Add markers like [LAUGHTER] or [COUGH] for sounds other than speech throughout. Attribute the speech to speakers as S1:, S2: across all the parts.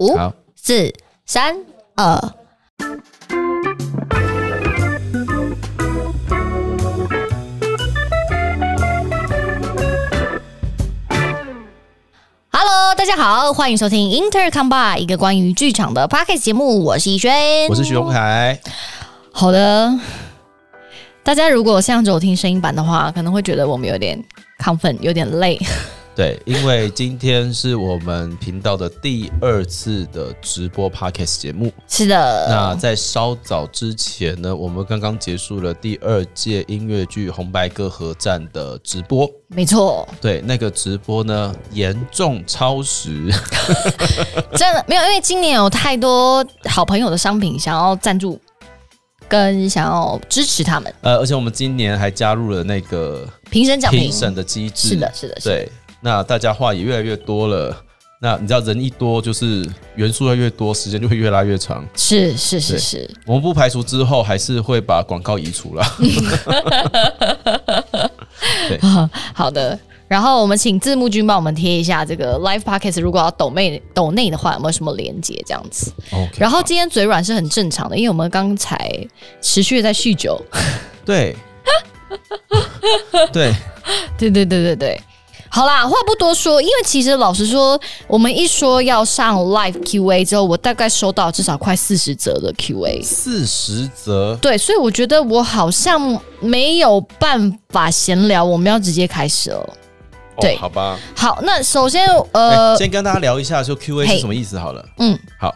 S1: 五
S2: 好、
S1: 四、三、二。Hello，大家好，欢迎收听 Inter Combine 一个关于剧场的 p o c a s t 节目，我是逸轩，
S2: 我是徐
S1: 哦
S2: 荣凯，
S1: 好的，大家如果像只有听声音版的话，可能会觉得我们有点亢奋，有点累。
S2: 对，因为今天是我们频道的第二次的直播 podcast 节目。
S1: 是的，
S2: 那在稍早之前呢，我们刚刚结束了第二届音乐剧《红白歌合战》的直播。
S1: 没错，
S2: 对，那个直播呢严重超时， [LAUGHS]
S1: [LAUGHS] 真的没有，因为今年有太多好朋友的商品想要赞助，跟想要支持他们
S2: 呃，而且我们今年还加入了那个
S1: 评审奖
S2: 评
S1: 评。
S2: 审的机制。
S1: 是的，，是的，是的。
S2: 对。那大家话也越来越多了。那你知道人一多，就是元素越来越多，时间就会越拉越长。
S1: 是是是
S2: 对
S1: 是，
S2: 我们不排除之后还是会把广告移除了。
S1: 好的。然后我们请字幕君帮我们贴一下这个 live podcast，如果要抖妹抖内的话，有没有什么连接这样子？
S2: OK，
S1: 然后
S2: 好
S1: 今天嘴软是很正常的，因为我们刚才持续地在酗酒，
S2: [LAUGHS] 对 [LAUGHS] 对，
S1: 对对对对对。好啦，话不多说，因为其实老实说，我们一说要上 live QA 之后，我大概收到至少快四十则的 QA。
S2: 四十则
S1: 对，所以我觉得我好像没有办法闲聊，我们要直接开始了。对
S2: 哦、好吧。
S1: 好，那首先
S2: 哎、
S1: 呃、
S2: 先跟大家聊一下，就 Q A
S1: 嘿
S2: 是什么意思好了。
S1: 嗯，
S2: 好，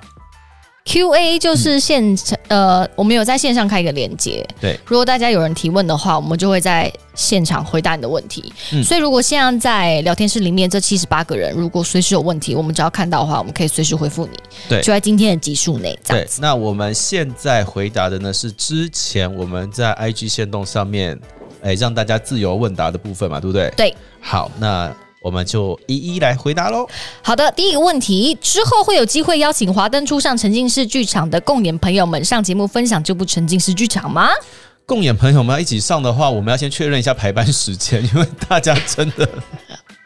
S1: ，Q&A 就是线、呃，我们有在线上开一个连接，
S2: 对，
S1: 如果大家有人提问的话，我们就会在现场回答你的问题。
S2: 嗯
S1: 所以如果现在在聊天室里面这七十八个人，如果随时有问题，我们只要看到的话，我们可以随时回复你。
S2: 对
S1: 就在今天的集数内这样
S2: 对
S1: 子。，
S2: 那我们现在回答的呢是之前我们在 I G 线动上面，哎、让大家自由问答的部分嘛，对不对？
S1: 对。
S2: 好，那我们就一一来回答喽。
S1: 好的，第一个问题，之后会有机会邀请华灯初上沉浸式剧场的共演朋友们上节目分享这部沉浸式剧场吗？
S2: 共演朋友们要一起上的话，我们要先确认一下排班时间，因为大家真的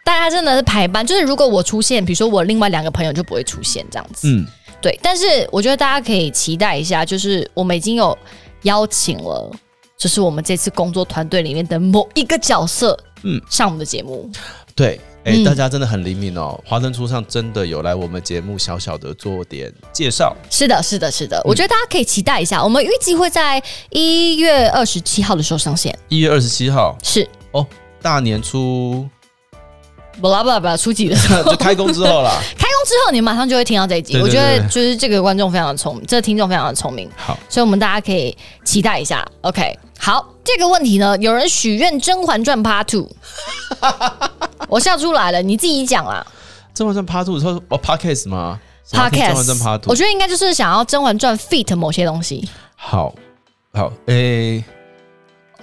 S1: 大家真的是排班，就是如果我出现，比如说我另外两个朋友就不会出现这样子。
S2: 嗯。
S1: 对，但是我觉得大家可以期待一下，就是我们已经有邀请了，就是我们这次工作团队里面的某一个角色，嗯
S2: 嗯，
S1: 上我们的节目。
S2: 对，哎、
S1: 嗯
S2: 大家真的很灵敏哦。华灯初上真的有来我们节目小小的做点介绍，
S1: 是的，是的，是的，我
S2: 嗯
S1: 觉得大家可以期待一下，我们预计会在一月二十七号的时候上线。
S2: 一月二十七号
S1: 是，
S2: 哦，大年初 [LAUGHS]
S1: 不啦不啦不啦，初几的时候，
S2: 就开工之
S1: [LAUGHS]
S2: 后啦。
S1: 开工之后你马上就会听到这一集。
S2: 对对对
S1: 我觉得
S2: 对
S1: 就是这个观众非常的聪明，这个听众非常的聪明。
S2: 好，
S1: 所以我们大家可以期待一下。OK，好，这个问题呢，有人许愿《甄嬛传》Part
S2: [LAUGHS]
S1: Two，我笑出来了，你自己讲啊啦。
S2: 甄嬛传 Part Two 说哦 Podcast 吗
S1: Podcast，
S2: 甄嬛传 Part
S1: 我
S2: Two
S1: 觉得应该就是想要《甄嬛传》fit 某些东西。
S2: 好好哎，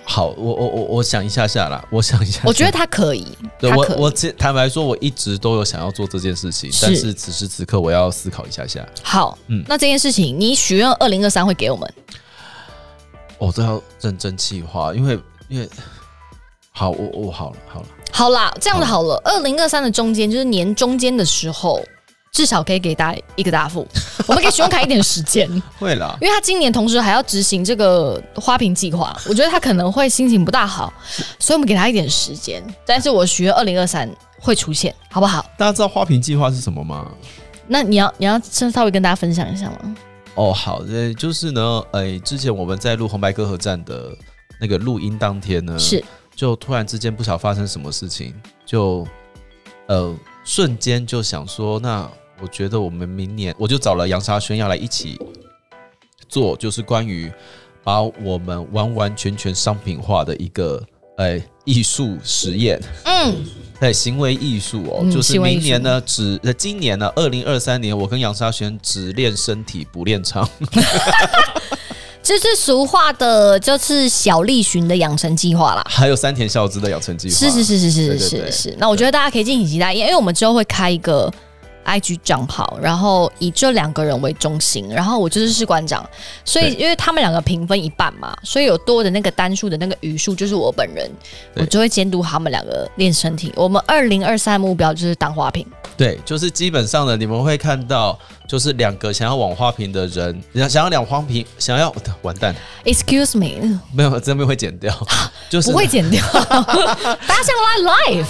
S2: 好，我我我我想一下下啦，我 [LAUGHS] 想一下下
S1: 我觉得他可以，
S2: 对
S1: 他
S2: 我
S1: 可以
S2: 我其实坦白说，我一直都有想要做这件事情，
S1: 是
S2: 但是此时此刻我要思考一下下。
S1: 好。
S2: 嗯
S1: 那这件事情，你许愿二零二三会给我们？
S2: 哦，这要认真计划，因为因为好，我我好了好了。
S1: 好啦，这样子好了，二零二三的中间就是年中间的时候。至少可以给大家一个答复，我们给许用凯一点时间，因
S2: 会啦，
S1: 为他今年同时还要执行这个花瓶计划，我觉得他可能会心情不大好，所以我们给他一点时间。但是我许愿二零二三会出现，好不好？
S2: 大家知道花瓶计划是什么吗？
S1: 那你要你要稍微跟大家分享一下吗？
S2: 哦，好，呃，就是呢，哎，之前我们在录红白歌合战的那个录音当天呢，
S1: 是
S2: 就突然之间不晓得发生什么事情，就呃瞬间就想说，那我觉得我们明年我就找了杨沙宣要来一起做，就是关于把我们完完全全商品化的一个呃艺术实验。
S1: 嗯，
S2: 对，哎行为艺术哦，
S1: 嗯
S2: 就是
S1: 行为艺
S2: 明
S1: 术
S2: 年呢，只呃今年呢，二零二三年，我跟杨沙璇只练身体不练唱。
S1: 就是俗话的，就是小栗旬的养成计划啦。
S2: [LAUGHS] 还有三田孝之的养成计划。
S1: 是是是是是
S2: 对
S1: 是
S2: 对
S1: 是
S2: 对
S1: 是。那我觉得大家可以敬请期待，因为我们之后会开一个 IG 账号，然后以这两个人为中心，然后我就是士官长，所以
S2: 对
S1: 因为他们两个平分一半嘛，所以有多的那个单数的那个余数就是我本人，
S2: 对
S1: 我就会监督他们两个练身体。我们二零二三目标就是当花瓶，
S2: 对，就是基本上呢，你们会看到就是两个想要往花瓶的人，想想要两花瓶，想要完蛋，
S1: Excuse me，
S2: 没有，这边会剪
S1: [LAUGHS]
S2: 掉，就是
S1: 不会剪掉，大象来 live。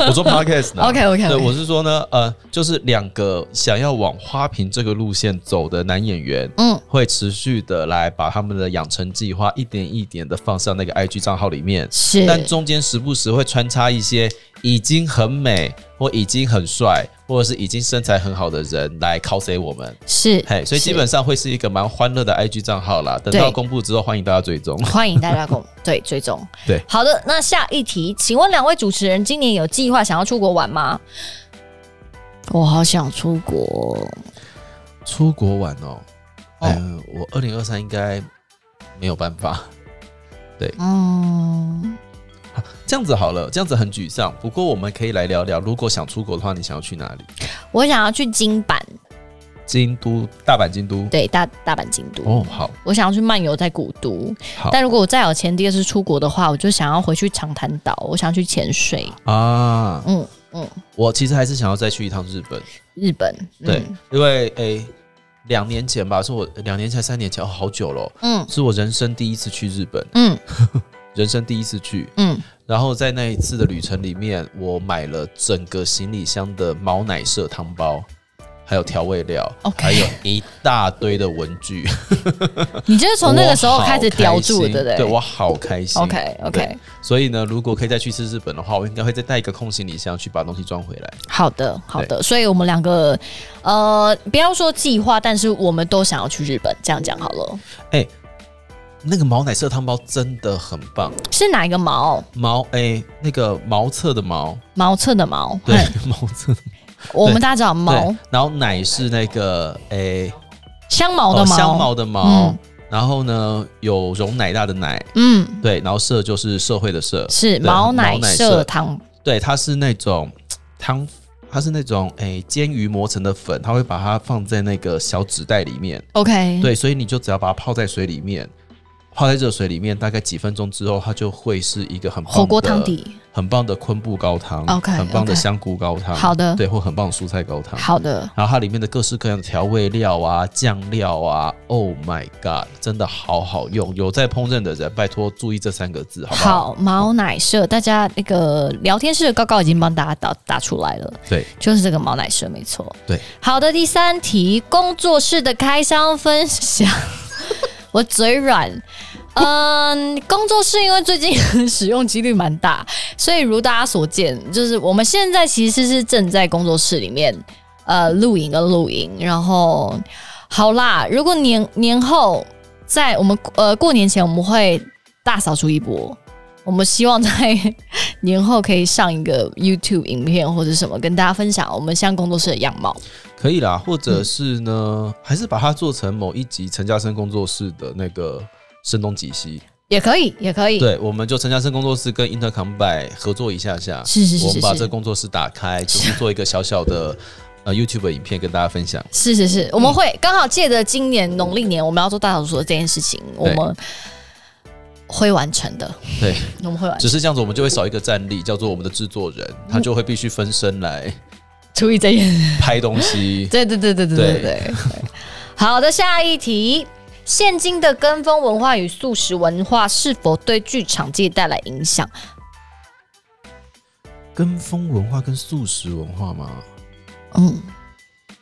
S2: [LAUGHS] 我做 podcast 呢
S1: OK，OK，OK
S2: 对，我是说呢，呃，就是两个想要往花瓶这个路线走的男演员，
S1: 嗯
S2: 嗯，会持续的来把他们的养成计划一点一点的放上那个 IG 账号里面，
S1: 是，
S2: 但中间时不时会穿插一些已经很美或已经很帅，或者是已经身材很好的人来 cos 我们，
S1: 是，
S2: 嘿，所以基本上会是一个蛮欢乐的 [LAUGHS] IG 账号啦。等到
S1: 对
S2: 公布之后，欢迎大家追踪。
S1: 欢迎大家跟我们对追踪。
S2: 对，
S1: 好的，那下一题，请问两位主持人今年有计划想要出国玩吗？我好想出国，
S2: [LAUGHS] 出国玩哦，
S1: 哦
S2: 嗯、我二零二三应该没有办法。
S1: 嗯，
S2: [LAUGHS] 这样子好了，这样子很沮丧。不过我们可以来聊聊，如果想出国的话，你想要去哪里？
S1: 我想要去京阪，
S2: 京都、大阪、京都。
S1: 对，大大阪京都。
S2: 哦，好，
S1: 我想要去漫游在古都，
S2: 好
S1: 但如果我再有钱第二次出国的话，我就想要回去长滩岛，我想去潜水，
S2: 啊，
S1: 嗯嗯，
S2: 我其实还是想要再去一趟日本。
S1: 日本，
S2: 对，
S1: 嗯
S2: 因为诶，两、年前吧，是我两年前、三年前，哦，好久了哦、
S1: 嗯
S2: 是我人生第一次去日本，
S1: 嗯
S2: 人生第一次去。
S1: 嗯，
S2: 然后在那一次的旅程里面，我买了整个行李箱的毛奶色汤包，还有调味料
S1: OK
S2: 还有一大堆的文具。
S1: 你就是 [LAUGHS] 从那个时候
S2: 我好
S1: 开始叼住
S2: 开
S1: 的，
S2: 心
S1: 对不对？
S2: 对我好开心。
S1: OK
S2: 对
S1: OK，
S2: 所以呢，如果可以再去一次日本的话，我应该会再带一个空行李箱去把东西装回来。
S1: 好的好的，所以我们两个呃，不要说计划，但是我们都想要去日本，这样讲好了。
S2: 那个毛奶色汤包真的很棒，
S1: 是哪一个毛？
S2: 毛哎、那个茅厕的毛，
S1: 茅厕的毛，
S2: 对 [LAUGHS]
S1: 嗯，
S2: 茅厕的
S1: 我们大家知道毛
S2: 对，然后奶是那个哎、
S1: 香茅的
S2: 哦
S1: 毛，
S2: 香茅的毛，
S1: 嗯
S2: 然后呢有容乃大的乃，
S1: 嗯，
S2: 对，然后社就是社会的社，
S1: 是
S2: 对
S1: 毛奶
S2: 奶
S1: 色汤，
S2: 对，它是那种汤，它是那种诶煎鱼磨成的粉，它会把它放在那个小纸袋里面。
S1: OK，
S2: 对，所以你就只要把它泡在水里面，泡在热水里面，大概几分钟之后，它就会是一个很棒的
S1: 火锅汤，底，
S2: 很棒的昆布高汤
S1: OK，
S2: 很棒的
S1: OK
S2: 香菇高汤，
S1: 好的
S2: 对，或很棒的蔬菜高汤。
S1: 好的，
S2: 然后它里面的各式各样的调味料啊、酱料啊，Oh my god，真的好好用！有在烹饪的人，拜托注意这三个字，好不好？
S1: 好毛奶色，大家那个聊天室的高高已经帮大家打打出来了。
S2: 对，
S1: 就是这个毛奶蛇，没错。
S2: 对，
S1: 好的，第三题，工作室的开箱分享，我嘴软。嗯，工作室因为最近使用几率蛮大，所以如大家所见，就是我们现在其实是正在工作室里面呃录影跟录影，然后好啦，如果年年后在我们呃过年前我们会大扫除一波，我们希望在 [LAUGHS] 年后可以上一个 YouTube 影片或者什么，跟大家分享我们像工作室的样貌。
S2: 可以啦，或者是呢，还是把它做成某一集陈嘉生工作室的那个声东击西。
S1: 也可以，也可以。
S2: 对，我们就陈嘉生工作室跟 Intercom by 合作一下下，
S1: 是是
S2: 我
S1: 是
S2: 们把
S1: 是
S2: 这
S1: 是。
S2: 工作室打开，就是做一个小小
S1: [LAUGHS]
S2: 的呃 YouTube 影片跟大家分享。
S1: 是是
S2: 嗯
S1: 是，我们会刚好借着今年农历年我们要做大扫除的这件事情，我们会完成的。 [LAUGHS]
S2: 对，
S1: 我们会完成
S2: 只。是这样子，我们就会少一个战力，叫做我们的制作人，他
S1: 嗯
S2: 就会必须分身来
S1: 注意这件 [LAUGHS] 事。
S2: 拍东西。
S1: 对对对对对对对
S2: 对
S1: 对。好的，下一题。现今的跟风文化与素食文化是否对剧场界带来影响？
S2: [LAUGHS] 跟风文化跟素食文化嘛，
S1: 嗯，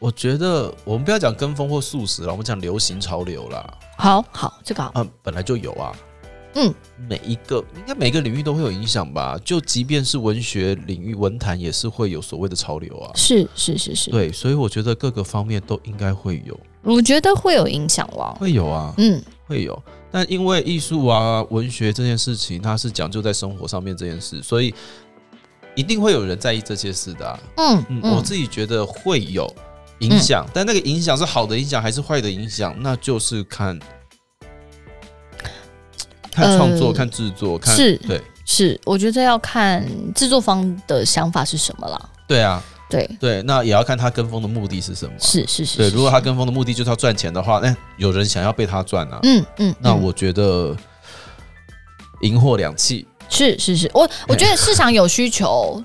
S2: 我觉得我们不要讲跟风或素食了，我们讲流行潮流啦。
S1: 好好，这个好。
S2: 啊，本来就有啊。
S1: 嗯，
S2: 每一个应该每个领域都会有影响吧？就即便是文学领域、文坛也是会有所谓的潮流啊。
S1: 是是是是，
S2: 对，所以我觉得各个方面都应该会有，
S1: 我觉得会有影响了。
S2: 会有啊，
S1: 嗯，
S2: 会有。但因为艺术啊、文学这件事情，它是讲究在生活上面这件事，所以一定会有人在意这些事的、啊。
S1: 嗯
S2: 嗯，我
S1: 嗯，
S2: 自己觉得会有影响，但那个影响是好的影响还是坏的影响，那就是看看创作、
S1: 呃
S2: 看制作、看
S1: 是
S2: 对
S1: 是，我觉得要看制作方的想法是什么啦。
S2: 对啊，
S1: 对，
S2: 对，那也要看他跟风的目的是什么。
S1: 是是是。
S2: 对，
S1: 是
S2: 如果他跟风的目的就是要赚钱的话，那有人想要被他赚啊，
S1: 嗯嗯，
S2: 那
S1: 嗯
S2: 我觉得赢货两气。
S1: 是是是，我我觉得市场有需求，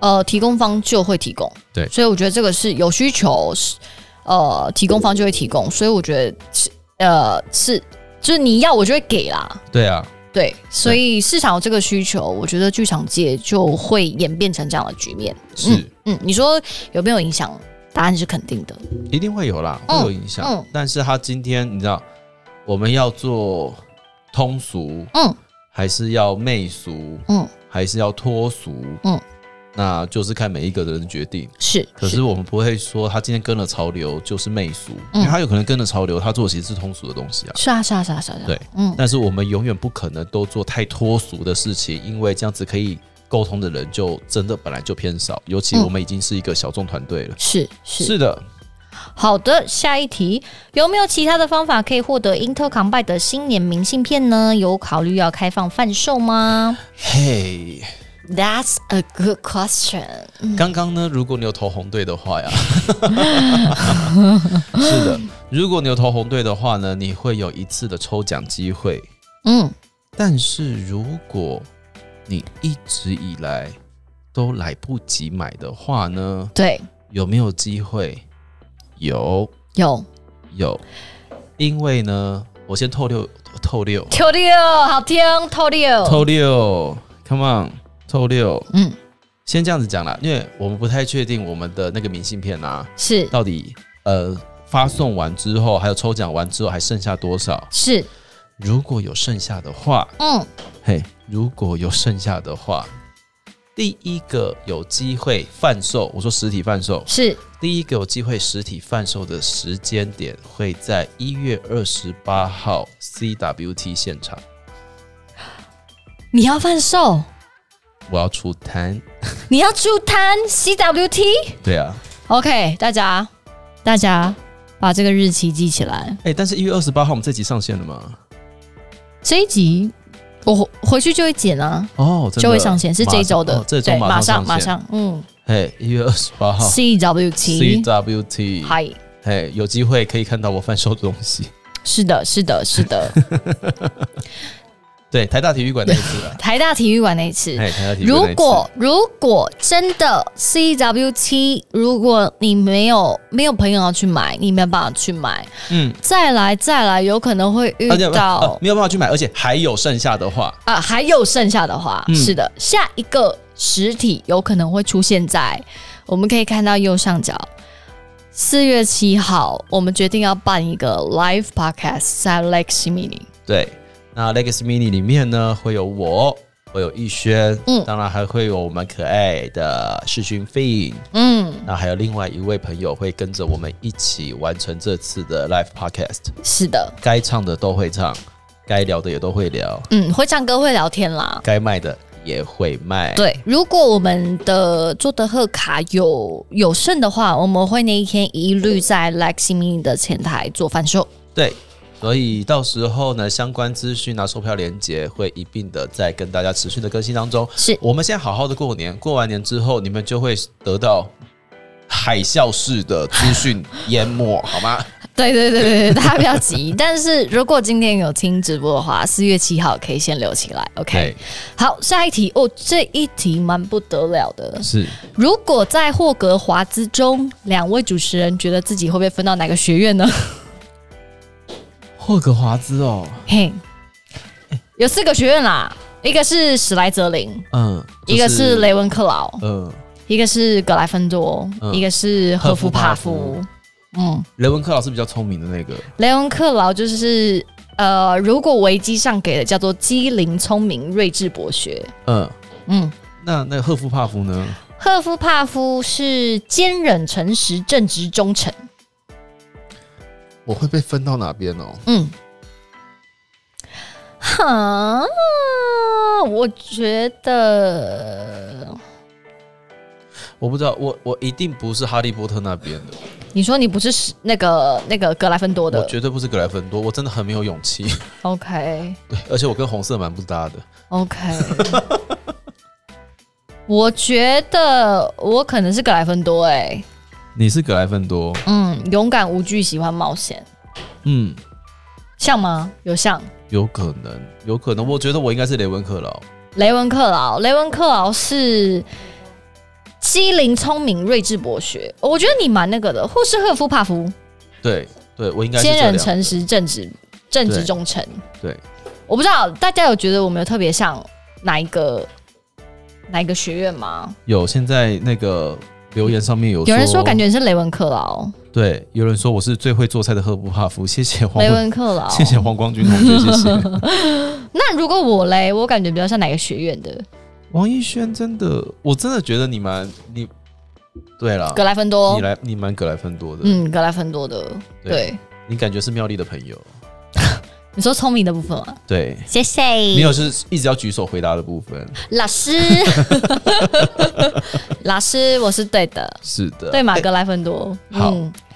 S1: 呃，提供方就会提供。
S2: 对
S1: 所以我觉得这个是有需求，是呃提供方就会提供，所以我觉得是呃是就是你要我就会给啦，
S2: 对啊，
S1: 对，所以市场有这个需求，我觉得剧场界就会演变成这样的局面。
S2: 是、
S1: 嗯，你说有没有影响？答案是肯定的。
S2: 一定会有啦，
S1: 嗯
S2: 会有影响。
S1: 嗯
S2: 但是他今天你知道，我们要做通俗，
S1: 嗯
S2: 还是要媚俗，
S1: 嗯，
S2: 还是要脱俗，
S1: 嗯，
S2: 那就是看每一个人决定。
S1: 是。
S2: 可是我们不会说他今天跟了潮流就是媚俗，
S1: 嗯
S2: 因为他有可能跟了潮流，他做的其实是通俗的东西啊。
S1: 是啊是啊是啊是啊，是啊
S2: 对，
S1: 嗯
S2: 但是我们永远不可能都做太脱俗的事情，因为这样子可以沟通的人就真的本来就偏少，尤其
S1: 嗯
S2: 我们已经是一个小众团队了。
S1: 是是
S2: 是的，
S1: 好的，下一题，有没有其他的方法可以获得 Intercombine 的新年明信片呢？有考虑要开放贩售吗
S2: 嘿、
S1: ？That's a good question。
S2: 刚刚呢，如果你有投红队的话呀，是的，如果你有投红队的话呢，你会有一次的抽奖机会。
S1: 嗯，
S2: 但是如果你一直以来都来不及买的话呢，
S1: 对，
S2: 有没有机会？有
S1: 有
S2: 有，因为呢，我先透六透六
S1: 透六，好听，透六，
S2: 透六，Come on，透六，
S1: 嗯，
S2: 先这样子讲啦，因为我们不太确定我们的那个明信片啊。
S1: 是
S2: 到底呃发送完之后，还有抽奖完之后还剩下多少？
S1: 是，
S2: 如果有剩下的话，
S1: 嗯，
S2: 嘿，如果有剩下的话，第一个有机会贩售，我说实体贩售，
S1: 是
S2: 第一个有机会实体贩售的时间点会在一月二十八号 CWT 现场，
S1: 你要贩售，
S2: 我要出摊。
S1: 你要出摊 CWT。
S2: 对啊，
S1: OK，大家，大家把这个日期记起来。
S2: 哎、但是一月二十八号我们这集上线了吗？
S1: 这一集我回回去就会剪啊。
S2: 哦，真的
S1: 就会上线，是这一周的，
S2: 马上哦这周
S1: 对
S2: 马
S1: 上
S2: 上
S1: 马
S2: 上线。
S1: 上，嗯
S2: 嘿，一月二十八号
S1: ，C W T，
S2: CWT，
S1: 嗨，
S2: 嘿，有机会可以看到我贩售的东西。 [LAUGHS]
S1: 是的，是的，是的，
S2: 对，台大体育馆那一次啊，
S1: 台大体育馆那一次。
S2: 嘿，台大体育馆
S1: 如
S2: 那一次
S1: 果如果真的 C W T，如果你没有没有朋友要去买，你没有办法去买，
S2: 嗯，
S1: 再来再来，有可能会遇
S2: 而且呃
S1: 到
S2: 没有办法去买，而且还有剩下的话，
S1: 啊，还有剩下的话，
S2: 嗯
S1: 是的，下一个实体有可能会出现在我们可以看到右上角。四月七号，我们决定要办一个 live podcast 在 Lake Simini。
S2: 对，那 Legacy Mini 里面呢会有我，会有逸轩，
S1: 嗯
S2: 嗯，当然还会有我们可爱的世勋 Fin，
S1: 嗯，
S2: 那还有另外一位朋友会跟着我们一起完成这次的 Live Podcast，
S1: 是的，
S2: 该唱的都会唱，该聊的也都会聊，
S1: 嗯，会唱歌会聊天啦。
S2: 该卖的也会卖，
S1: 对，如果我们的做的贺卡有有剩的话，我们会那一天一律在 Lake Simini 的前台做贩售。
S2: 对，所以到时候呢，相关资讯啊、售票链接会一并的在跟大家持续的更新当中。
S1: 是
S2: 我们先好好的过年，过完年之后，你们就会得到海啸式的资讯淹没，好吗？
S1: 对对对对，对大家不要急。但是如果今天有听直播的话，四月七号可以先留起来，OK？好，下一题哦，这一题蛮不得了的
S2: 对，。是
S1: 如果在霍格华兹中，两位主持人觉得自己会被分到哪个学院呢？
S2: 霍格华兹哦，
S1: 嘿，有四个学院啦，一个是史莱哲林，
S2: 嗯，
S1: 一个是，雷文克劳，
S2: 嗯，
S1: 一个是格莱芬多，
S2: 嗯
S1: 一个是赫夫帕
S2: 赫
S1: 夫
S2: 夫。
S1: 嗯，
S2: 雷文克老师比较聪明的那个，
S1: 雷文克劳就是呃，如果维基上给的叫做机灵、聪明、睿智博学。
S2: 嗯，
S1: 嗯，
S2: 那那赫夫帕夫呢？
S1: 赫夫帕夫是坚忍、诚实、正直、忠诚。
S2: 我会被分到哪边哦？
S1: 嗯，哈，我觉得
S2: 我不知道，我我一定不是哈利波特那边的，
S1: 你说你不是史那个那个格莱芬多
S2: 我
S1: 的
S2: 绝对不是格莱芬多，我真的很没有勇气。
S1: ，OK
S2: 对，而且我跟红色蛮不搭的。
S1: OK。我觉得我可能是格莱芬多哎、
S2: 你是格莱芬多，
S1: 嗯，勇敢无惧，喜欢冒险，
S2: 嗯，
S1: 像吗？有像
S2: 有可能，有可能，我觉得我应该是雷文克劳。
S1: 雷文克劳，雷文克劳是机灵、聪明、睿智、博学。我觉得你蛮那个的，护士赫夫帕夫，
S2: 对对，我应该是
S1: 坚
S2: 这
S1: 韧、
S2: 两
S1: 诚实、正直、正直
S2: 对
S1: 忠诚。
S2: 对，
S1: 我不知道大家有觉得我们有特别像哪一个哪一个学院吗？
S2: 有现在那个留言上面有
S1: 有人说感觉你是雷文克劳，
S2: 对，有人说我是最会做菜的赫布帕夫，谢谢黄
S1: 雷，文克劳。
S2: [LAUGHS] 谢谢黄光军同学，谢谢 [LAUGHS]
S1: 那如果我嘞，我感觉比较像哪个学院的？
S2: 王艺轩，真的，我真的觉得你蛮你，对了，
S1: 格莱芬多
S2: 啊你。来你蛮格莱芬多的，
S1: 嗯，格莱芬多的。
S2: 对
S1: 对，
S2: 你感觉是妙丽的朋友，
S1: 你说聪明的部分吗？
S2: 对，
S1: 谢谢。
S2: 没有是一直要举手回答的部分，
S1: 老师， [LAUGHS] 老师，我是对的，
S2: 是的，
S1: 对嘛？
S2: 哎
S1: 格莱芬多。嗯
S2: 好，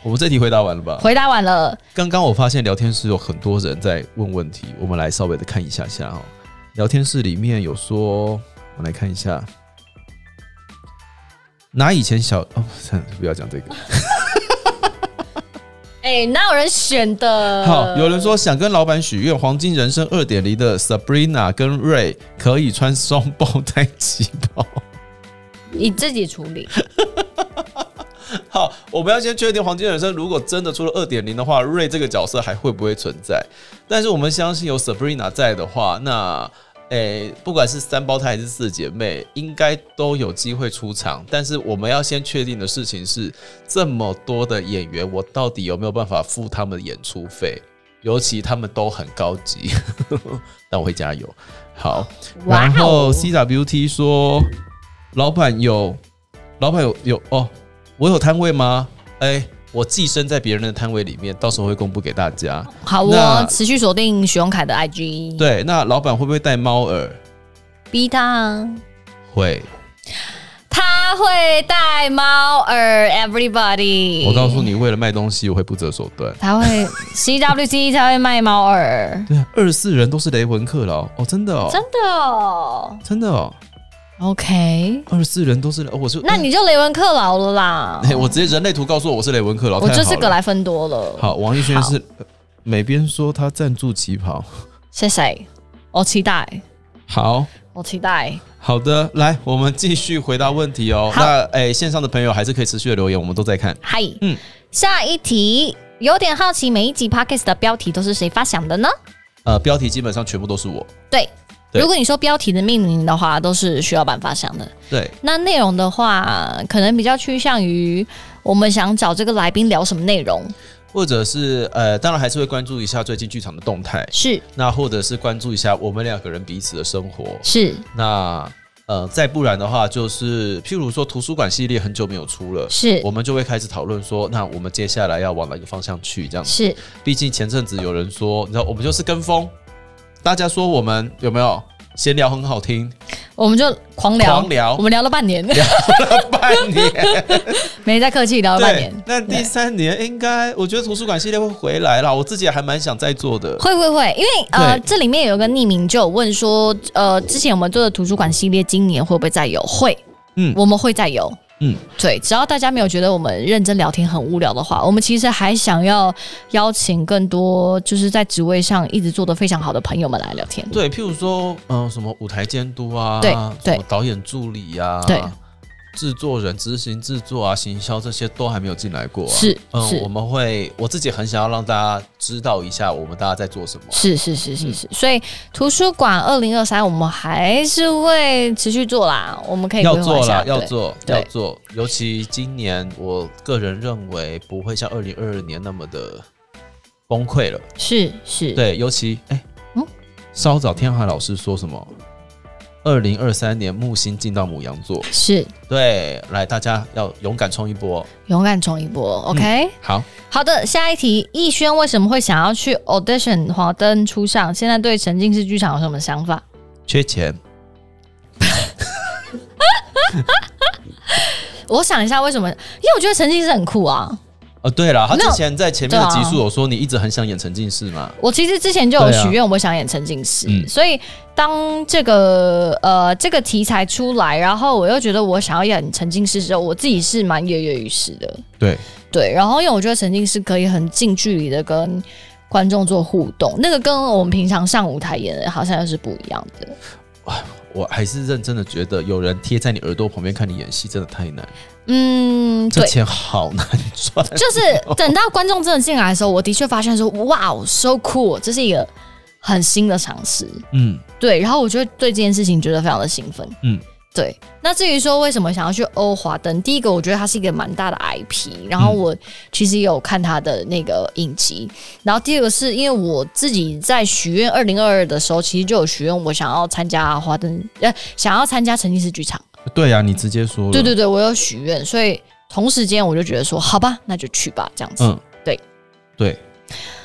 S2: 我们这题回答完了吧？
S1: 回答完了，
S2: 刚刚我发现聊天室有很多人在问问题，我们来稍微的看一下下哦。聊天室里面有说，我来看一下，拿以前小哦，算了，不要讲这个。
S1: 哎、哪有人选的？
S2: 好，有人说想跟老板许愿，《黄金人生二点零》的 Sabrina 跟 Ray 可以穿双胞胎旗袍。
S1: 你自己处理。
S2: [LAUGHS] 好，我们要先确定黄金人生如果真的出了二点零的话，瑞这个角色还会不会存在？但是我们相信有 Sabrina 在的话，那诶、不管是三胞胎还是四姐妹，应该都有机会出场。但是我们要先确定的事情是，这么多的演员，我到底有没有办法付他们的演出费？尤其他们都很高级， [LAUGHS] 但我会加油。好，然后 CWT 说，老板有，老板有有哦，我有摊位吗？哎、我寄生在别人的摊位里面，到时候会公布给大家。
S1: 好
S2: 那
S1: 哦，持续锁定许荣凯的 IG，
S2: 对，那老板会不会戴猫耳？
S1: 逼他，
S2: 会，
S1: 他会戴猫耳，everybody。
S2: 我告诉，你，为了卖东西，我会不择手段。
S1: 他会 CWC 才会卖猫耳，
S2: 对啊，二十四人都是雷文克劳哦，真的哦，
S1: 真的哦。
S2: 真的哦，
S1: OK，
S2: 二十四人都是雷，哦我是
S1: 那你就雷文克劳了啦。
S2: 哎 [LAUGHS] 我直接人类图告诉我我是雷文克劳，
S1: 我
S2: 太好
S1: 就是
S2: 了
S1: 格莱芬多了。，
S2: 好，王艺轩
S1: 好
S2: 是呃美编说他赞助旗袍， [LAUGHS]
S1: 谢谢，我期待，
S2: 好。
S1: 我期待。
S2: 好的，来，我们继续回答问题哦。
S1: 好
S2: 那哎、线上的朋友还是可以持续的留言，我们都在看。
S1: 嗨，
S2: 嗯
S1: 下一题，有点好奇，每一集 podcast 的标题都是谁发想的呢？
S2: 呃，标题基本上全部都是我。
S1: 对，
S2: 对
S1: 如果你说标题的命名的话，都是徐老板发想的。
S2: 对，
S1: 那内容的话，可能比较趋向于我们想找这个来宾聊什么内容，
S2: 或者是呃，当然还是会关注一下最近剧场的动态，
S1: 是
S2: 那或者是关注一下我们两个人彼此的生活。
S1: 是
S2: 那呃，再不然的话，就是譬如说图书馆系列很久没有出了，
S1: 是
S2: 我们就会开始讨论说，那我们接下来要往哪个方向去这样子。
S1: 是，
S2: 毕竟前阵子有人说，你知道，我们就是跟风，大家说我们有没有闲聊很好
S1: [LAUGHS]
S2: 听，
S1: 我们就狂聊，
S2: 狂聊
S1: 我们聊了半年， [LAUGHS]
S2: 半年。
S1: 没在客气，聊了哦半
S2: 对
S1: 年，。
S2: 那第三年应该，我觉得图书馆系列会回来啦。我自己也还蛮想再做的。
S1: 会会会，因为呃，
S2: 对
S1: 这里面有个匿名就有问说，呃，之前我们做的图书馆系列，今年会不会再有？会，
S2: 嗯
S1: 我们会再有。
S2: 嗯，
S1: 对，只要大家没有觉得我们认真聊天很无聊的话，我们其实还想要邀请更多就是在职位上一直做得非常好的朋友们来聊天。
S2: 对，譬如说，嗯、什么舞台监督啊，
S1: 对对
S2: 什么导演助理啊，
S1: 对，
S2: 制作人、执行制作啊、行销这些都还没有进来过、啊。
S1: 是
S2: 嗯，我
S1: 是
S2: 们会，我自己很想要让大家知道一下我们大家在做什么。
S1: 是是是是是，所以图书馆二零二三我们还是会持续做啦，我们可以
S2: 要
S1: 规划一
S2: 做
S1: 下
S2: 啦，要
S1: 对
S2: 做，
S1: 对
S2: 要做。尤其今年，我个人认为不会像二零二二年那么的崩溃了。
S1: 是是，
S2: 对，尤其哎，
S1: 嗯
S2: 稍早天海老师说什么？二零二三年木星进到母羊座，
S1: 是
S2: 对，来大家要勇敢冲一波。
S1: 勇敢冲一波，OK。
S2: 好，
S1: 好的，下一题，逸轩为什么会想要去 audition 华灯初上？现在对沉浸式剧场有什么想法？
S2: 缺钱，
S1: 我想一下为什么，因为我觉得沉浸式很酷啊。
S2: 哦，对了，他
S1: 没有
S2: 之前在前面的
S1: 对
S2: 集
S1: 啊
S2: 数有说你一直很想演沉浸式嘛？
S1: 我其实之前就有
S2: 对啊
S1: 许愿，我想演沉浸式，
S2: 嗯
S1: 所以当这个呃这个题材出来，然后我又觉得我想要演沉浸式之后，我自己是蛮跃跃欲试的。
S2: 对，
S1: 对，然后因为我觉得沉浸式可以很近距离的跟观众做互动，那个跟我们平常上舞台演的好像又是不一样的。
S2: 我还是认真的觉得，有人贴在你耳朵旁边看你演戏，真的太难，
S1: 嗯，
S2: 这
S1: 对，
S2: 钱好难赚。 [LAUGHS]
S1: 就是等到观众真的进来的时候，我的确发现说，哇哦，so cool，这是一个很新的尝试。
S2: 嗯
S1: 对，然后我就会对这件事情觉得非常的兴奋。
S2: 嗯，
S1: 对。那至于说为什么想要去欧华登，第一个我觉得它是一个蛮大的 IP，然后我其实也有看它的那个影集。然后第二个是因为我自己在许愿二零二二的时候，其实就有许愿我想要参加华登，呃，想要参加沉浸式剧场。
S2: 对啊呀、你直接说了。
S1: 对对对，我有许愿，所以同时间我就觉得说，好吧，那就去吧，这样子。
S2: 嗯，
S1: 对
S2: 对。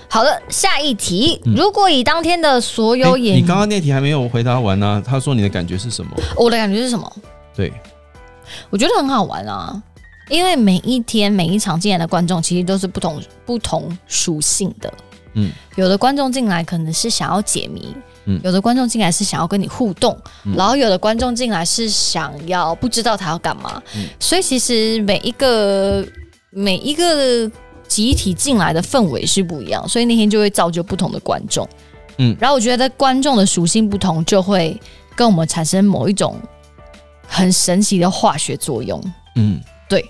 S1: 好的，下一题，
S2: 嗯
S1: 如果以当天的所有
S2: 诶
S1: 演
S2: 你
S1: 员，
S2: 刚刚那题还没有回答完呢、他说你的感觉
S1: [LAUGHS]
S2: 是什么？
S1: 我的感觉是什么？
S2: 对，
S1: 我觉得很好玩啊，因为每一天每一场进来的观众其实都是不同不同属性的。
S2: 嗯
S1: 有的观众进来可能是想要解谜，
S2: 嗯
S1: 有的观众进来是想要跟你互动，
S2: 嗯
S1: 然后有的观众进来是想要不知道他要干嘛，
S2: 嗯
S1: 所以其实每一个每一个集体进来的氛围是不一样，所以那天就会造就不同的观众。
S2: 嗯
S1: 然后我觉得观众的属性不同，就会跟我们产生某一种很神奇的化学作用。
S2: 嗯，
S1: 对。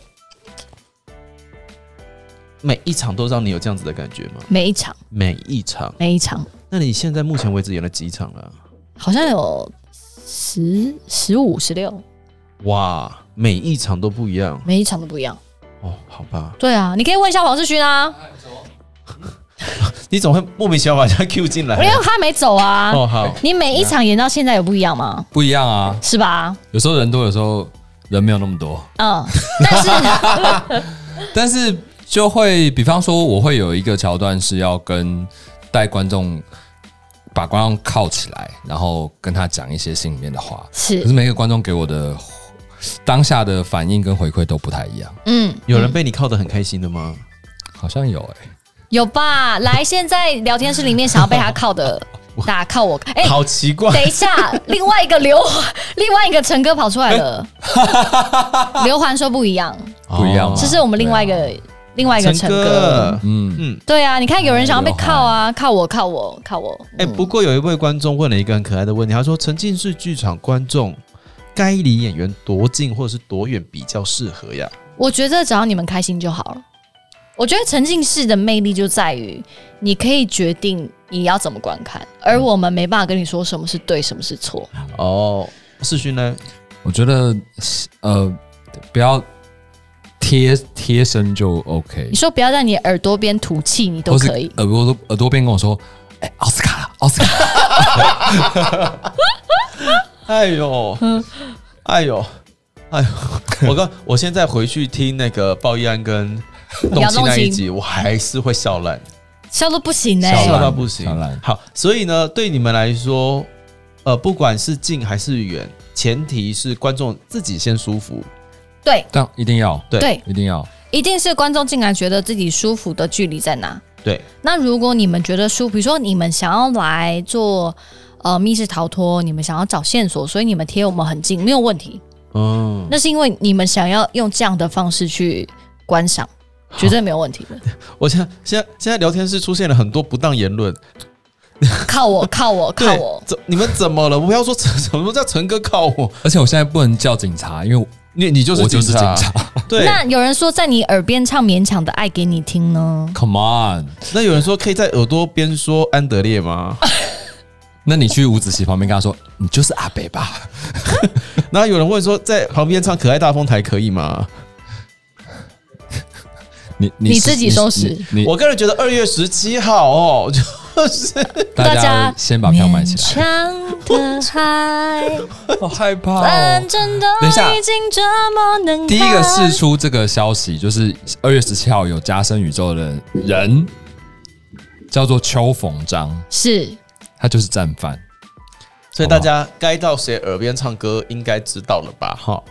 S2: 每一场都让你有这样子的感觉吗？
S1: 每一场，
S2: 每一场？
S1: 每一场
S2: 那你现在目前为止演了几场了？
S1: 好像有十、十五、十六，
S2: 哇，每一场都不一样
S1: 每一场都不一样。
S2: 哦。好吧，
S1: 对啊，你可以问一下黄世勋啊，
S2: 你总会莫名其妙把人家 [LAUGHS] Q 进来
S1: 因为。他没走啊。
S2: 哎哦，好，
S1: 你每一场演到现在有不一样吗？
S3: 不一样啊。
S1: 是吧？
S3: 有时候人多，有时候人没有那么多，
S1: 嗯，但是 [LAUGHS]
S3: 但是就会，比方说，我会有一个桥段是要跟带观众，把观众靠起来，然后跟他讲一些心里面的话。可
S1: 是
S3: 是每个观众给我的当下的反应跟回馈都不太一样，
S1: 嗯，
S2: 有人被你靠得很开心的吗？
S3: 好像有哎、
S1: 有吧？来，现在聊天室里面想要被他靠的，打靠我，哎、
S2: 好奇怪，
S1: 等一下，另外一个刘，另外一个陈哥跑出来了。刘环说不一样，
S3: 不一样
S2: 哦
S3: 吗啊
S1: 这是我们另外一个、另外一个
S2: 陈
S1: 陈哥。
S3: 嗯，
S1: 对啊，你看有人想要被
S3: 刘
S1: 靠啊，靠我，靠我，靠我。
S2: 哎、不过有一位观众问了一个很可爱的问题，他说：“沉浸式剧场观众该离演员多近或者是多远比较适合呀
S1: 我觉得只要你们开心就好了。我觉得沉浸式的魅力就在于你可以决定你要怎么观看，而我们没办法跟你说什么是对，什么是错。？”
S2: 哦，世勋呢？
S3: 我觉得呃，不要贴贴身就 OK
S1: 你。说不要在你耳朵边吐气，你都
S3: 或是
S1: 可以。
S3: 耳朵耳朵边跟我说，哎、奥斯卡了，奥斯卡了，
S2: 哎呦，
S3: 嗯
S2: 哎呦，
S3: [LAUGHS]
S2: 哎呦！我刚我现在回去听那个鲍奕安
S3: [LAUGHS]
S2: 跟动
S1: 杨
S2: 情
S1: 动
S2: 那一
S1: 情
S2: 集，我还是会笑烂，
S1: 笑都不行呢、欸
S3: 笑
S2: 笑
S3: 烂
S2: 到不行
S3: 笑烂。
S2: 好，所以呢，对你们来说，呃，不管是近还是远，前提是观众自己先舒服。
S1: 对
S3: 但一定要，
S2: 对
S1: 对，
S3: 一定要。
S1: 一定是观众进来觉得自己舒服的距离在哪。
S2: 对，
S1: 那如果你们觉得舒服，比如说你们想要来做呃密室逃脱，你们想要找线索，所以你们贴我们很近，没有问题。
S2: 嗯，
S1: 那是因为你们想要用这样的方式去观赏，绝对没有问题
S3: [LAUGHS]
S1: 的。
S2: 我现在现在现在聊天室出现了很多不当言论，
S1: 靠我，靠我，靠
S2: 对，
S1: 我！
S2: 怎你们怎么了？不要说陈，什么叫陈哥靠我？
S3: 而且我现在不能叫警察，因为我
S2: 你你就是
S3: 我就是
S2: 警
S3: 警
S2: 察，
S3: 察。 [LAUGHS]
S2: 对。
S1: 那有人说在你耳边唱《勉强的爱》给你听呢，
S3: Come on，
S2: 那有人说可以在耳朵边说安德烈 [LAUGHS] 吗？
S3: 那你去吴子琪旁边跟他说，你就是阿北吧？ [LAUGHS]
S2: 然后有人问说在旁边唱可爱大风台可以吗？
S3: 你
S1: 你自己收拾
S3: 你你
S2: 我个人觉得二月十七号哦， [LAUGHS] 就是
S3: 大
S1: 家
S3: 家先把票买起
S1: 勉
S3: 来。
S1: 强的爱，
S3: [LAUGHS] 好害怕
S1: 反！正都
S3: 等一下
S1: 已经这么能
S3: 第一个
S1: 看
S3: 释出这个消息，就是二月十七号有加深宇宙的人，叫做邱逢章，
S1: 是
S3: 他就是战犯。
S2: 所以大家该到谁耳边唱歌应该知道了吧？哈，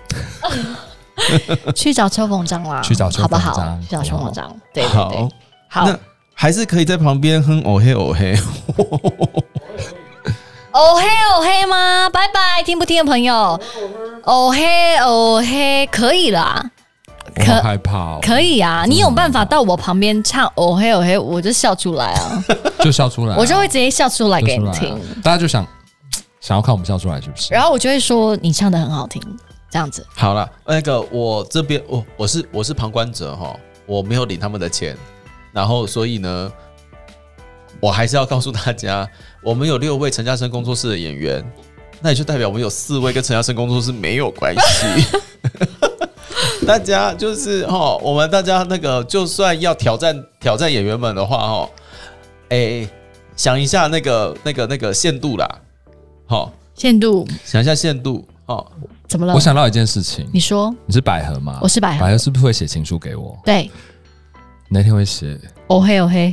S1: 去找邱凤章啦，
S3: 去找邱
S1: 好不
S3: 凤章
S1: 好？去找邱
S3: 好
S1: 凤
S3: 不好
S1: 章，对对
S2: 好
S1: 对，，好
S2: 那还是可以在旁边哼哦嘿哦嘿。
S1: 哦嘿哦嘿吗？拜拜，听不听的朋友，哦嘿哦嘿，可以啦，
S3: 我好害怕哦，
S1: 可以啊，你有办法到我旁边唱哦嘿哦嘿，我就笑出来啊，
S3: [LAUGHS] 就笑出来啊，
S1: 我就会直接笑出来
S3: 就
S1: 给
S3: 出
S1: 你
S3: 来啊
S1: 听。
S3: 大家就想，想要看我们笑出来是不是？
S1: 然后我就会说你唱的很好听，这样子。
S2: 好了，那个我这边我我是我是旁观者哈，我没有领他们的钱，然后所以呢，我还是要告诉大家， [LAUGHS] 我们有六位陈嘉生工作室的演员，那也就代表我们有四位跟陈嘉生工作室没有关系。 [LAUGHS] 大家就是哈，我们大家那个就算要挑战挑战演员们的话哈，哎、想一下那个那个那个限度啦，好，
S1: 限度
S2: 想一下限度哦。
S1: 怎么了
S3: 我？想到一件事情，
S1: 你说
S3: 你是百合吗？
S1: 我是百合
S3: 百合是不是会写情书给我？
S1: 对，
S3: 那天会写，
S1: 哦嘿哦嘿，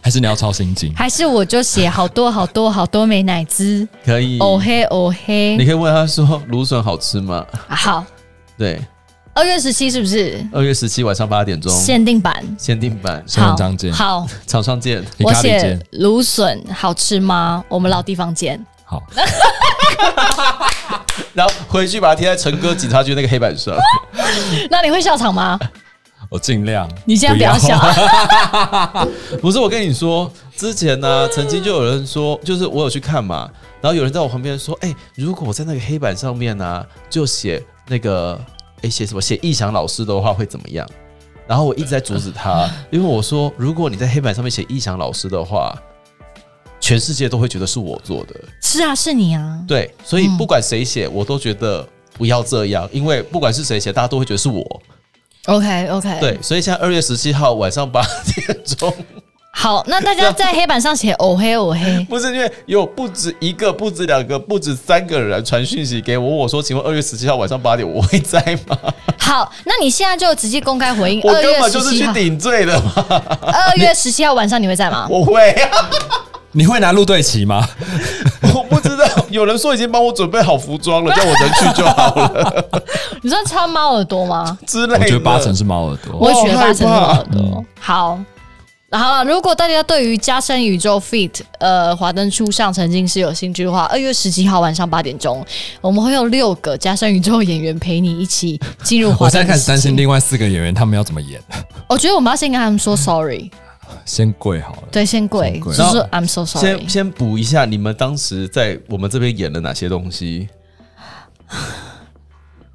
S3: 还是你要抄心经？
S1: 还是我就写好多好多好多美乃滋，
S2: 可以
S1: 哦嘿哦
S2: 你
S1: 嘿，
S2: 可以问他说芦笋好
S1: [LAUGHS]
S2: 吃吗？
S1: 好，
S2: 对，
S1: 二月十七是不是
S2: 二月十七晚上八点钟
S1: 限定版？
S2: 限定版，
S3: 新闻
S1: 好
S3: 章见，
S1: 好，
S2: 场上见。
S3: 你
S1: 我
S3: 咖喱
S1: 写
S3: 见
S1: 芦笋好吃吗？我们老地方见。
S3: 好，
S2: [LAUGHS] 然后回去把它贴在陈哥警察局那个黑
S1: [LAUGHS]
S2: 板上。
S1: 那你会笑场吗？
S3: 我尽量。
S1: 你现在不要笑，
S2: 不是我跟你说，之前呢、曾经就有人说，就是我有去看嘛，然后有人在我旁边说，哎、如果我在那个黑板上面呢、就写那个，哎、写什么？写易翔老师的话会怎么样？然后我一直在阻
S1: [LAUGHS]
S2: 止他，因为我说，如果你在黑板上面写易翔老师的话，全世界都会觉得是我做的。
S1: [LAUGHS] 是啊，是你啊，
S2: 对，所以不管谁写，我都觉得不要这样，因为不管是谁写，大家都会觉得是我。
S1: OK OK，
S2: 对，，所以现在二月十七号晚上八点钟， [LAUGHS]
S1: 好，那大家在黑板上写哦嘿哦嘿，
S2: 不是因为有不止一个、不止两个、不止三个人传讯息给我，问我说：“请问二月十七号晚上八点我会在吗
S1: 好，那你现在就直接公开回应？”
S2: 我
S1: 嗯二
S2: 根
S1: 月
S2: 本
S1: 十
S2: 就是
S1: 七
S2: 去
S1: 号，
S2: 顶罪的嘛，
S1: 二月十七号晚上你会在吗？
S2: 我会啊，
S3: 你会拿陆队旗吗？
S2: 我不知道，有人说已经帮我准备好服装了，叫我能去就好了
S1: 你知道超猫耳朵吗？
S2: 之类
S3: 我
S2: 的。
S3: 觉得八成是猫耳朵。
S1: 我也觉得
S2: 好害
S1: 八成是猫
S2: 怕
S1: 耳朵。好。然后，如果大家对于加深宇宙 feat 呃华灯初上曾经是有兴趣的话，二月十七号晚上八点钟，我们会有六个加深宇宙演员陪你一起进入华
S3: 我
S1: 灯。
S3: 现在开始担心，另外四个演员他们要怎么演，
S1: 我觉得我们要先跟他们说 sorry，
S3: 先跪好了。
S1: 对，先跪，
S3: 先
S1: 就
S3: 跪
S1: 是说 I'm so sorry
S2: 先。先补一下，你们当时在我们这边演了哪些东西？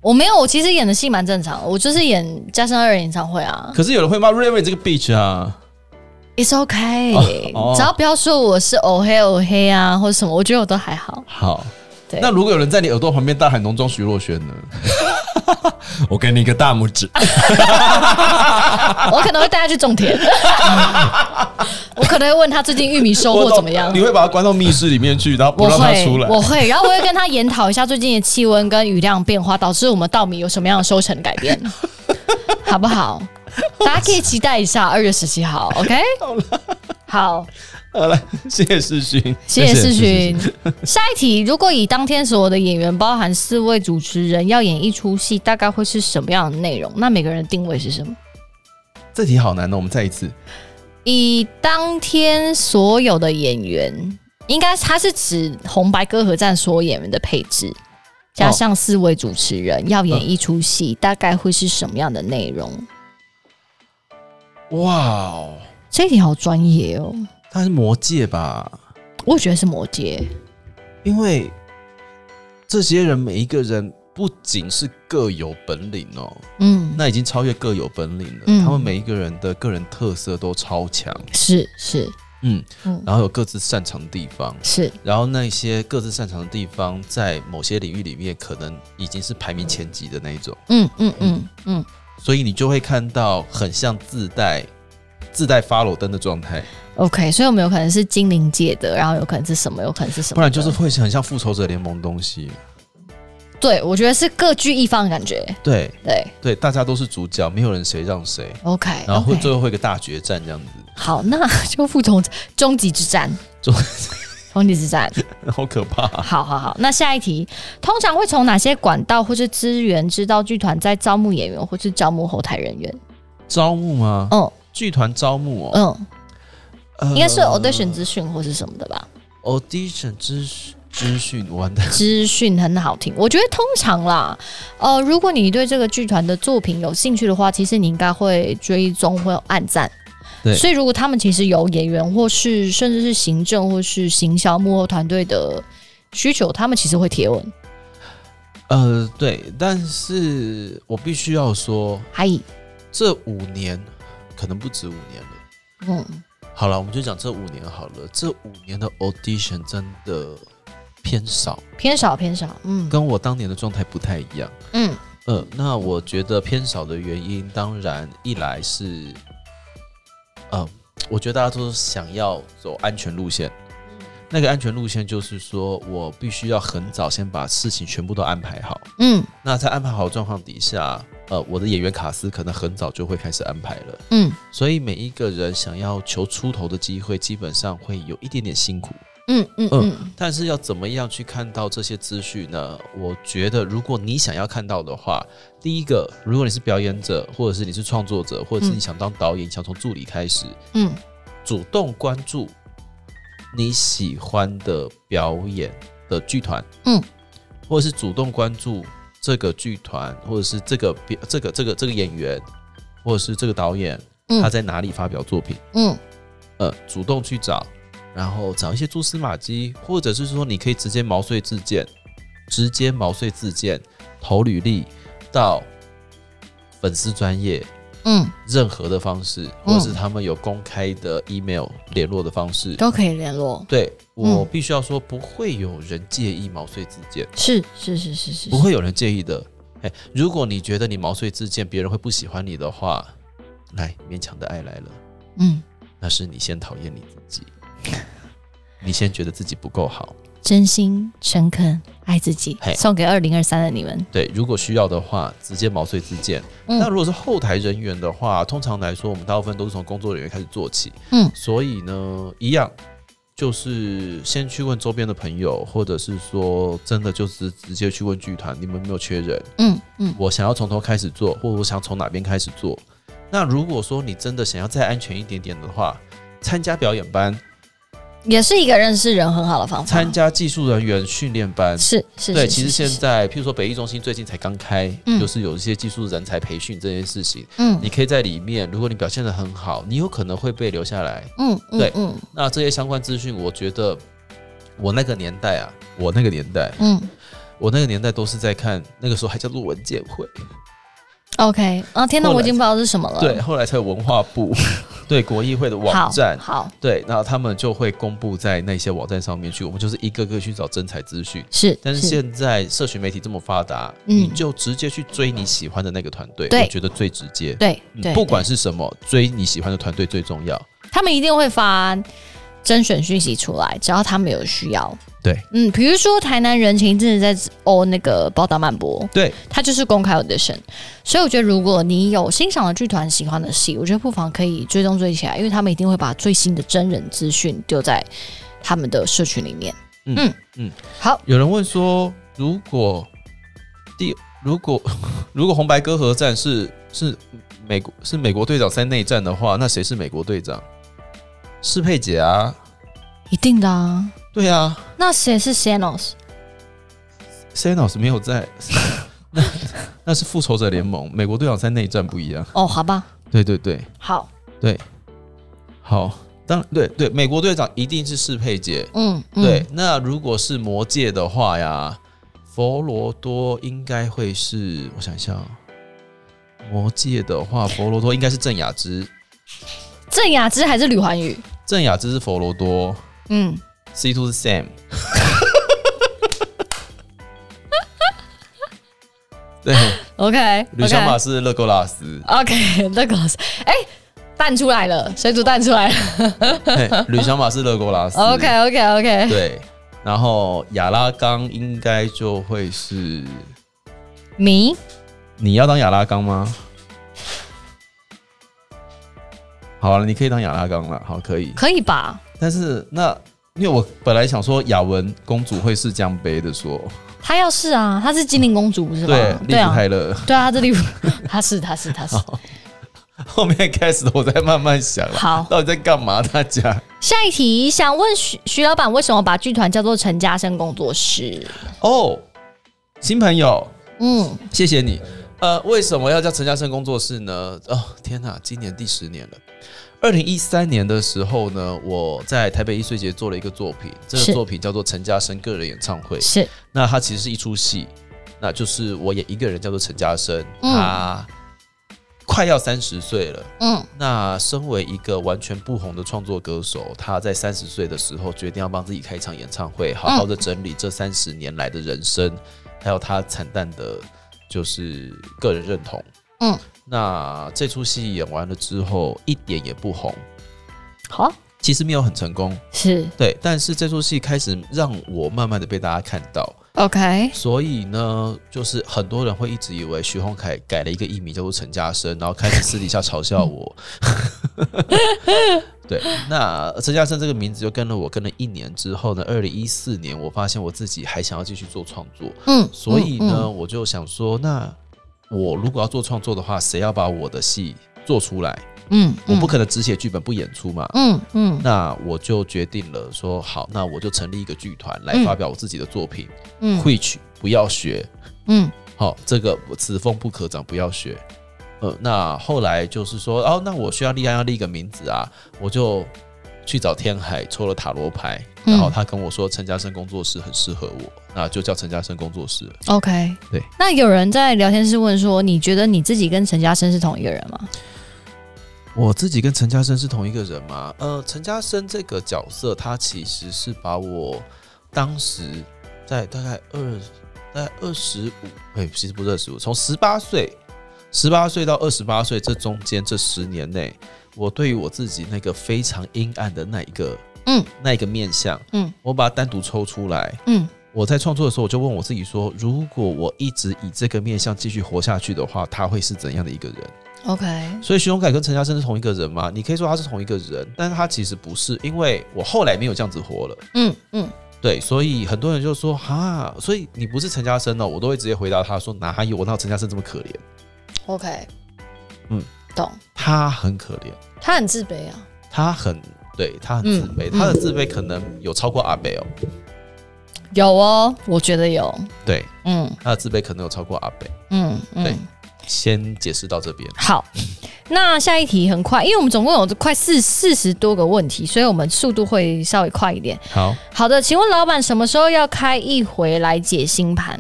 S1: 我没有，我其实演的戏蛮正常的，我就是演加深二人演唱会啊
S2: 可是有人会骂瑞瑞这个 bitch 啊，
S1: ，It's OK，、
S2: 哦
S1: 只要不要说我是哦嘿哦嘿啊或者什么，我觉得我都还好。
S2: 好。
S1: 对
S2: 那如果有人在你耳朵旁边大喊浓妆徐若瑄呢？
S3: 我给你一个大拇指。
S1: 我可能会带他去种
S2: [LAUGHS]
S1: 田，我可能会问他最近玉米收获怎么样
S2: 你。会把他关到密室里面去，然后不
S1: 我
S2: 让他
S1: 会
S2: 出，来。
S1: 我会，然后我会跟他研讨一下最近的气温跟雨量变化，导致我们稻米有什么样的收成改
S2: [LAUGHS]
S1: 变，好不好？大家可以期待一下，二月十七号，OK？好，
S2: 好了，谢谢世勋。
S1: 谢谢
S3: 谢谢
S1: 世勋。下一题，如果以当天所有的演员，包含四位主持人，要演一出戏，大概会是什么样的内容？那每个人的定位是什么？
S2: 这题好难哦，我们再一次。
S1: 以当天所有的演员，应该他是指红白歌合战所有演员的配置，加上四位主持人、要演一出戏，大概会是什么样的内容？
S2: 哇哦，
S1: 这一题好专业哦，
S2: 他是魔界吧？
S1: 我也觉得是摩羯，
S2: 因为这些人每一个人不仅是各有本领哦，
S1: 嗯，
S2: 那已经超越各有本领了。
S1: 嗯
S2: 他们每一个人的个人特色都超强，
S1: 是是
S2: 嗯，
S1: 嗯
S2: 然后有各自擅长的地方。
S1: 是，
S2: 然后那些各自擅长的地方，在某些领域里面可能已经是排名前几的那一种，
S1: 嗯嗯嗯嗯，
S2: 所以你就会看到很像自带自带发裸灯的状态，
S1: OK，所以我们有可能是精灵界的，然后有可能是什么，有可能是什么的，
S2: 不然就是会很像复仇者联盟的东西。
S1: 对我觉得是各据一方的感觉，
S2: 对
S1: 对
S2: 对，大家都是主角，没有人谁让谁，
S1: ，OK，
S2: 然后会
S1: OK
S2: 最后会有个大决战这样子，
S1: 好，那就复仇终极之战，
S2: 终
S1: [LAUGHS] 终极之
S2: [LAUGHS]
S1: 战，
S2: [LAUGHS] 好可怕啊、
S1: 好好好，那下一题，通常会从哪些管道或是资源知道剧团在招募演员或是招募后台人员？
S2: 招募吗？
S1: 嗯
S2: 剧团招募哦，
S1: 嗯，
S2: 呃
S1: 应该是 audition 资讯或是什么的吧？
S2: audition 资资讯完蛋，
S1: 资讯很好听，我觉得通常啦，呃，如果你对这个剧团的作品有兴趣的话，其实你应该会追踪或按赞。
S2: 对
S1: 所以如果他们其实有演员或是甚至是行政或是行销幕后团队的需求，他们其实会贴文。
S2: 呃，对，但是我必须要说，
S1: 嗨，
S2: 这五年可能不止五年了。
S1: 嗯，
S2: 好了，我们就讲这五年好了。这五年的 audition 真的偏少，
S1: 偏少偏少，嗯
S2: 跟我当年的状态不太一样。
S1: 嗯
S2: 呃，那我觉得偏少的原因，当然一来是，呃，我觉得大家都想要走安全路线。那个安全路线就是说我必须要很早先把事情全部都安排好。
S1: 嗯
S2: 那在安排好的状况底下，呃，我的演员卡司可能很早就会开始安排了。
S1: 嗯
S2: 所以每一个人想要求出头的机会，基本上会有一点点辛苦。
S1: 嗯嗯嗯
S2: 但是要怎么样去看到这些资讯呢？我觉得，如果你想要看到的话，第一个，如果你是表演者，或者是你是创作者，或者是你想当导演，想从助理开始，
S1: 嗯
S2: 主动关注你喜欢的表演的剧团，
S1: 嗯，
S2: 或者是主动关注这个剧团，或者是这个表这个这个这个演员，或者是这个导演，
S1: 嗯
S2: 他在哪里发表作品。
S1: 嗯
S2: 呃，主动去找，然后找一些蛛丝马迹，或者是说你可以直接毛遂自荐，直接毛遂自荐投履历到粉丝专业，
S1: 嗯，
S2: 任何的方式，或者是他们有公开的 email 联络的方式。
S1: 都可以联络，
S2: 对我
S1: 嗯
S2: 必须要说，不会有人介意毛遂自荐，
S1: 是是是是是，
S2: 不会有人介意的。哎，如果你觉得你毛遂自荐别人会不喜欢你的话，来，勉强的爱来了。
S1: 嗯，
S2: 那是你先讨厌你自己，你先觉得自己不够好。
S1: 真心诚恳爱自己
S2: 嘿，
S1: 送给二零二三的你们，
S2: 对，如果需要的话，直接毛遂自荐。
S1: 嗯
S2: 那如果是后台人员的话，通常来说，我们大部分都是从工作人员开始做起。
S1: 嗯
S2: 所以呢，一样就是先去问周边的朋友，或者是说真的就是直接去问剧团，你们有没有缺人？
S1: 嗯嗯
S2: 我想要从头开始做，或者我想从哪边开始做。那如果说你真的想要再安全一点点的话，参加表演班，
S1: 也是一个认识人很好的方法，
S2: 参加技术人员训练班，
S1: 是是，
S2: 对，
S1: 是
S2: 其实
S1: 是
S2: 现
S1: 是
S2: 在，譬如说北艺中心最近才刚开，
S1: 嗯
S2: 就是有一些技术人才培训这件事情，
S1: 嗯
S2: 你可以在里面，如果你表现得很好，你有可能会被留下来。
S1: 嗯嗯
S2: 对
S1: 嗯
S2: 那这些相关资讯，我觉得我那个年代啊，我那个年代，
S1: 嗯
S2: 我那个年代都是在看，那个时候还叫做文件会，
S1: ，OK，啊天哪，
S2: 后来
S1: 我已经不知道是什么了，
S2: [LAUGHS] 对，后来才有文化部，
S1: [LAUGHS]
S2: 对国议会的
S1: 好
S2: 网站。
S1: 好
S2: 对，然后他们就会公布在那些网站上面去，我们就是一个个去找真才资讯。
S1: 是，
S2: 但是现在社群媒体这么发达，
S1: 嗯
S2: 你就直接去追你喜欢的那个团队，
S1: 对
S2: 我觉得最直接。
S1: 对
S2: 嗯
S1: 对，
S2: 不管是什么，追你喜欢的团队最重要。
S1: 他们一定会发甄选讯息出来，只要他们有需要。
S2: 对，
S1: 嗯，比如说台南人情真的在哦那个报道漫博，
S2: 对，
S1: 它就是公开 audition，所以我觉得如果你有欣赏的剧团喜欢的戏，我觉得不妨可以追踪追起来，因为他们一定会把最新的真人资讯丢在他们的社群里面。
S2: 嗯
S1: 嗯
S2: 嗯
S1: 好，
S2: 有人问说，如果第如果 [LAUGHS] 如果红白歌合战是是美国是美国队长在内战的话，那谁是美国队长？是佩姐啊，
S1: 一定的啊。
S2: 对啊
S1: 那谁是 Sanos？
S2: ，Sanos 没有在， [LAUGHS] 那那是复仇者联盟，美国队长在内战不一样。
S1: 哦，好吧，
S2: 对对对，
S1: 好，
S2: 好，当对对，美国队长一定是适配姐。
S1: 嗯，嗯
S2: 对，，那如果是魔界的话呀，佛罗多应该会是，我想一下哦，魔界的话，佛罗多应该是郑雅芝，
S1: 郑雅芝还是吕环宇？
S2: 郑雅芝是佛罗多
S1: 嗯，
S2: ，C two 是 Sam。对，
S1: OK，
S2: 吕小马是勒勾拉斯，
S1: OK，那 [LAUGHS] 个是哎，蛋出来了，水煮蛋出
S2: [LAUGHS]
S1: 来了。
S2: 嘿吕小马是勒勾拉斯。
S1: OK OK OK，
S2: 对，然后亚拉冈应该就会是，
S1: 迷
S2: 你要当亚拉冈吗？好了，你可以当亚拉冈了，好可以。
S1: 可以吧？
S2: 但是那因为我本来想说雅文公主会是江杯的说，
S1: 她要是啊，她是精灵公主不是吗
S2: 对，？利
S1: 对
S2: 普
S1: 啊，
S2: 泰勒。
S1: 对啊，她是利普，她是她是她是。
S2: [LAUGHS] 后面开始我再慢慢想了，
S1: 好，
S2: 到底在干嘛？大家
S1: 下一题，想问徐徐老板为什么把剧团叫做陈嘉生工作室？
S2: 哦，新朋友，
S1: 嗯，
S2: 谢谢你。呃，为什么要叫陈嘉生工作室呢？哦，天哪，今年第十年了。二零一三年的时候呢，我在台北艺术节做了一个作品，这个
S1: 是
S2: 作品叫做陈嘉生个人演唱会。
S1: 是
S2: 那它其实是一出戏，那就是我演一个人叫做陈嘉生，
S1: 嗯
S2: 他快要三十岁了。
S1: 嗯
S2: 那身为一个完全不红的创作歌手，他在三十岁的时候决定要帮自己开一场演唱会，好好的整理这三十年来的人生，还有他惨淡的，就是个人认同。
S1: 嗯，
S2: 那这出戏演完了之后，一点也不红，
S1: 好
S2: 其实没有很成功，
S1: 是
S2: 对。但是这出戏开始让我慢慢的被大家看到，
S1: OK
S2: 所以呢，就是很多人会一直以为徐宏凯改了一个艺名叫做陈嘉生，然后开始私底下嘲笑我。 [LAUGHS] 对，那陈嘉生这个名字就跟了我跟了一年之后呢，二零一四年我发现我自己还想要继续做创作，
S1: 嗯，
S2: 所以呢，
S1: 嗯，
S2: 我就想说，那我如果要做创作的话，谁要把我的戏做出来？
S1: 嗯，
S2: 我
S1: 嗯
S2: 不可能只写剧本不演出嘛。
S1: 嗯嗯
S2: 那我就决定了说，好，那我就成立一个剧团来
S1: 嗯
S2: 发表我自己的作品、
S1: 嗯
S2: w h i c h 不要学。
S1: 嗯
S2: 好、这个此风不可长，不要学。呃，那后来就是说，哦，那我需要立案要立一个名字啊，我就去找天海抽了塔罗牌，
S1: 嗯
S2: 然后他跟我说陈嘉生工作室很适合我，那就叫陈嘉生工作室了。
S1: OK
S2: 对。
S1: 那有人在聊天室问说，你觉得你自己跟陈嘉生是同一个人吗？
S2: 我自己跟陈嘉生是同一个人吗？呃，陈嘉生这个角色，他其实是把我当时在大概二大概二十五，哎，其实不是二十五，从十八岁，十八岁到二十八岁这中间这十年内，我对于我自己那个非常阴暗的那一个，
S1: 嗯，
S2: 那一个面相，
S1: 嗯，
S2: 我把它单独抽出来，
S1: 嗯
S2: 我在创作的时候，我就问我自己说，如果我一直以这个面相继续活下去的话，他会是怎样的一个人？
S1: ，OK，
S2: 所以徐荣凯跟陈嘉生是同一个人吗？你可以说他是同一个人，但是他其实不是，因为我后来没有这样子活了。
S1: 嗯嗯
S2: 对，所以很多人就说哈，所以你不是陈嘉生哦，我都会直接回答他说哪有，我哪有陈嘉生这么可怜？
S1: ，OK，
S2: 嗯，
S1: 懂。
S2: 他很可怜，
S1: 他很自卑啊，
S2: 他很对他很自卑，
S1: 嗯
S2: 他的自卑可能有超过阿北哦，
S1: 有哦，我觉得有，
S2: 对，
S1: 嗯
S2: 他的自卑可能有超过阿北。
S1: 嗯
S2: 对
S1: 嗯，
S2: 先解释到这边，
S1: 好。那下一题很快，因为我们总共有快四四十多个问题，所以我们速度会稍微快一点。
S2: 好，
S1: 好的，请问老板什么时候要开一回来解星盘？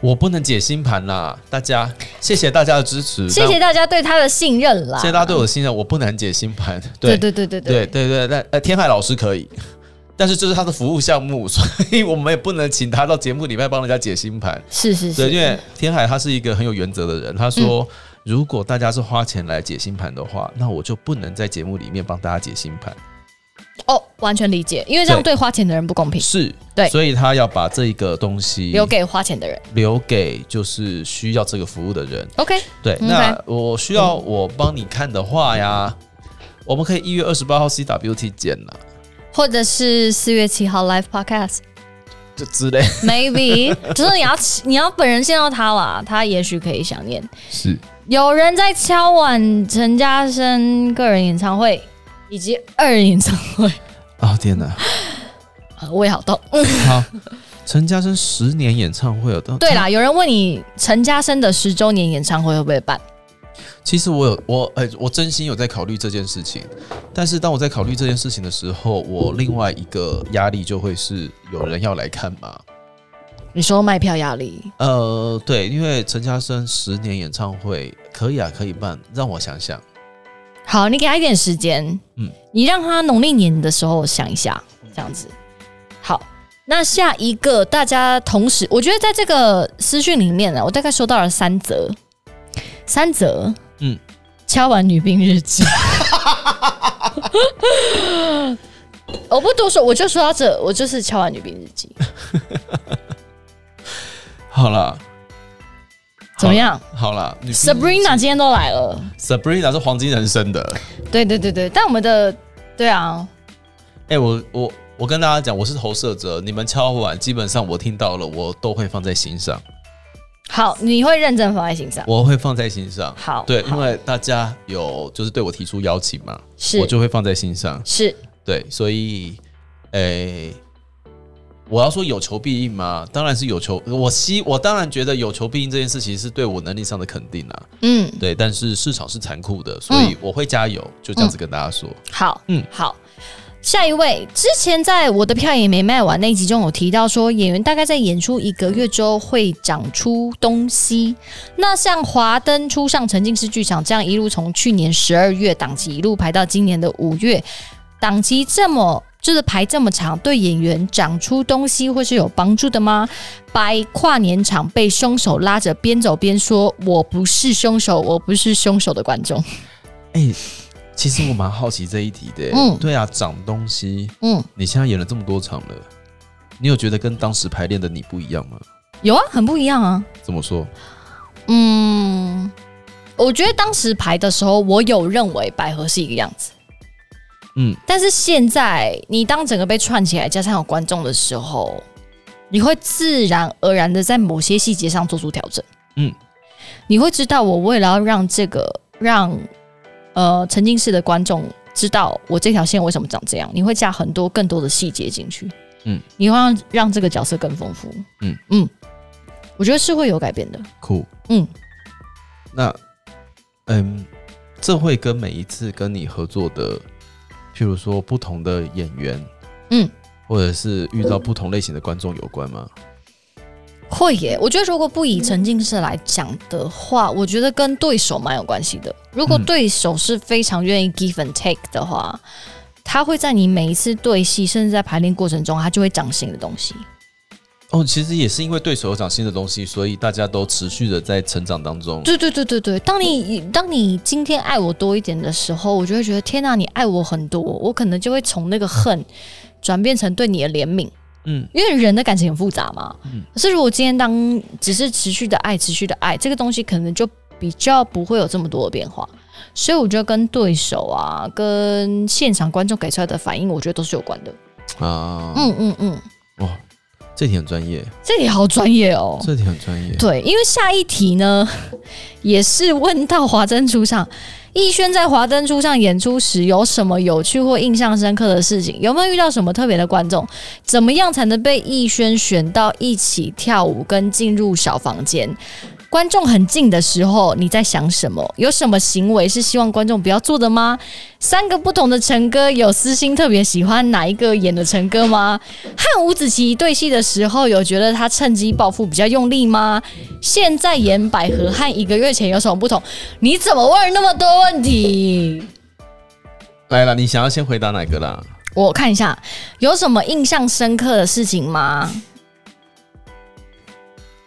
S2: 我不能解星盘啦，大家谢谢大家的支持，
S1: 谢谢大家对他的信任啦。
S2: 但谢谢大家对我的信任，我不能解星盘，
S1: 对对对对
S2: 对对对，但呃，天海老师可以，但是这是他的服务项目， [LAUGHS] 所以我们也不能请他到节目里面帮人家解星盘。
S1: 是是是，嗯
S2: 对，因为天海他是一个很有原则的人，他说、如果大家是花钱来解星盘的话，那我就不能在节目里面帮大家解星盘。
S1: 哦，完全理解，因为这样
S2: 对
S1: 对花钱的人不公平，
S2: 是，
S1: 对
S2: 所以他要把这个东西
S1: 留给花钱的人。
S2: 留给就是需要这个服务的人。
S1: OK，
S2: 对，
S1: 明白
S2: 那我需要我帮你看的话呀，我们可以一月二十八号 CWT 见啦，
S1: 或者是四月七号 Live Podcast，maybe，
S2: 就之类。 [LAUGHS]
S1: 就是你要你要本人见到他啦，他也许可以想念。
S2: 是。
S1: 有人在敲碗陈嘉生个人演唱会以及二人演唱会，
S2: 哦天哪！
S1: 啊胃好痛。
S2: 好，陈嘉生十年演唱会有哦当
S1: 对，啦，有人问你陈嘉生的十周年演唱会会不会办？
S2: 其实我有我哎、我真心有在考虑这件事情，但是当我在考虑这件事情的时候，我另外一个压力就会是有人要来看嘛。
S1: 你说卖票压力，
S2: 呃，对，因为陈嘉生十年演唱会可以啊，可以办，让我想想，
S1: 好，你给他一点时间，嗯
S2: 嗯，
S1: 你让他农历年的时候想一下，这样子。好，那下一个大家同时，我觉得在这个私讯里面呢、啊我大概收到了三则，三则，嗯
S2: 嗯，
S1: 敲完女兵日
S2: [LAUGHS]
S1: 记。我不多说，我就说到这，我就是敲完女兵日记，
S2: 好啦，
S1: 怎么样
S2: 好啦女
S1: ？Sabrina 今天都来了，
S2: Sabrina 是黄金人生的。
S1: 对对对对，但我们的对啊，
S2: 哎、我我我跟大家讲，我是投射者，你们敲完，基本上我听到了，我都会放在心上，
S1: 好，你会认真放在心上，
S2: 我会放在心上。
S1: 好，
S2: 对，
S1: 好
S2: 因为大家有就是对我提出邀请嘛，
S1: 是
S2: 我就会放在心上。
S1: 是
S2: 对，所以，诶、我要说有求必应吗？当然是有求，我希我当然觉得有求必应这件事情是对我能力上的肯定啊。
S1: 嗯，
S2: 对，但是市场是残酷的，所以我会加油，就
S1: 嗯
S2: 这样子跟大家说。
S1: 好，嗯
S2: 嗯，
S1: 好。下一位，之前在我的票也没卖完那一集中有提到说，演员大概在演出一个月之后会长出东西。那像华灯初上沉浸式剧场这样一路从去年十二月档期一路排到今年的五月，档期这么就是排这么长，对演员长出东西会是有帮助的吗？白跨年场被凶手拉着边走边说“我不是凶手，我不是凶手”的观众，
S2: 哎、其实我蛮好奇这一题的、
S1: 嗯
S2: 对啊，长东西，
S1: 嗯，
S2: 你现在演了这么多场了，你有觉得跟当时排练的你不一样吗？
S1: 有啊，很不一样啊。
S2: 怎么说？
S1: 嗯，我觉得当时排的时候，我有认为百合是一个样子，
S2: 嗯，
S1: 但是现在你当整个被串起来，加上有观众的时候，你会自然而然的在某些细节上做出调整。
S2: 嗯，
S1: 你会知道我为了要让这个让呃沉浸式的观众知道我这条线为什么长这样，你会加很多更多的细节进去。
S2: 嗯，
S1: 你会让让这个角色更丰富。
S2: 嗯
S1: 嗯，我觉得是会有改变的。
S2: 酷，
S1: 嗯，
S2: 那嗯，这会跟每一次跟你合作的，譬如说不同的演员，
S1: 嗯，
S2: 或者是遇到不同类型的观众有关吗？
S1: 会耶，我觉得如果不以沉浸式来讲的话，我觉得跟对手蛮有关系的。如果
S2: 嗯
S1: 对手是非常愿意 give and take 的话，他会在你每一次对戏，甚至在排练过程中，他就会长新的东西。
S2: 哦，其实也是因为对手有长新的东西，所以大家都持续的在成长当中。
S1: 对对对对对，当你当你今天爱我多一点的时候，我就会觉得天呐，你爱我很多，我可能就会从那个恨转变成对你的怜悯。
S2: 嗯
S1: 因为人的感情很复杂嘛。
S2: 嗯
S1: 可是如果今天当只是持续的爱，持续的爱，这个东西可能就比较不会有这么多的变化。所以我觉得跟对手啊，跟现场观众给出来的反应，我觉得都是有关的。
S2: 啊，
S1: 嗯嗯嗯，
S2: 哇，这题很专业，
S1: 这里好专业哦。
S2: 这题很专业。
S1: 对，因为下一题呢， [LAUGHS] 也是问到华灯初上，逸轩在华灯初上演出时有什么有趣或印象深刻的事情？有没有遇到什么特别的观众？怎么样才能被逸轩选到一起跳舞跟进入小房间？观众很近的时候，你在想什么？有什么行为是希望观众不要做的吗？三个不同的陈哥有私心特别喜欢哪一个演的陈哥吗？和吴子琪对戏的时候，有觉得他趁机报复比较用力吗？现在演百合和一个月前有什么不同？你怎么问那么多问题？
S2: 来了，你想要先回答哪
S1: [LAUGHS]
S2: 个啦？ [LAUGHS]
S1: 我看一下，有什么印象深刻的事情吗？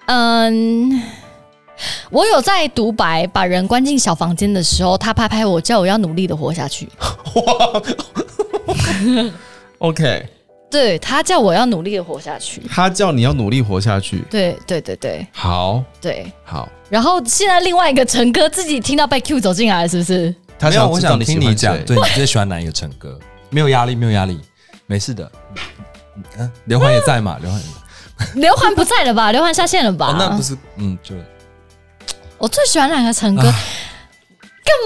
S1: 嗯，我有在独白把人关进小房间的时候，他拍拍我，叫我要努力的活下去。
S2: 哇，OK，
S1: 对他叫我要努力的活下去。
S2: 他叫你要努力活下去。
S1: 对对对对
S2: 好，
S1: 对。
S2: 好，
S1: 然后现在另外一个陈哥自己听到被 Q 走进来了，是不是？ [LAUGHS]
S2: 他
S3: 没有，
S2: 想
S3: 我
S2: 知道
S3: 想
S2: 你
S3: 听
S2: 喜
S3: 你
S2: 欢
S3: 讲，
S2: 谁。
S3: 对你最喜欢哪一个陈哥？没有压力，没有压力，没事的。嗯，刘欢也在嘛？刘欢也在。
S1: 刘欢不在了吧？刘欢下线了吧？
S3: 哦，那不是，嗯，就
S1: 我最喜欢哪个陈哥？干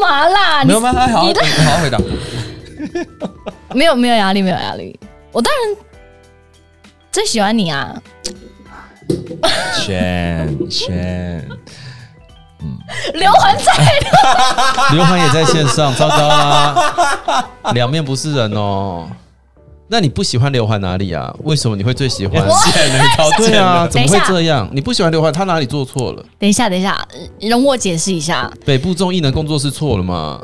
S1: 嘛啦？
S3: 啊没
S1: 你
S3: 有办法，好好
S1: 你
S3: 好好回答。
S1: 没有没有压力，没有压力。我当然最喜欢你啊！
S3: 选选，嗯
S1: 刘欢在，
S2: 刘涵也在线上， [LAUGHS] 糟糕啦，两面不是人哦。那你不喜欢刘涵哪里啊？为什么你会最喜欢？
S3: 贱人超
S2: [LAUGHS] 对
S3: 贱
S2: 啊，
S3: 啊！
S2: 怎
S1: 等一
S2: 么
S1: 下
S2: 会这样？你不喜欢刘涵，他哪里做错了？
S1: 等一下，等一下，容我解释一下。
S2: 北部综艺能工作室错了吗？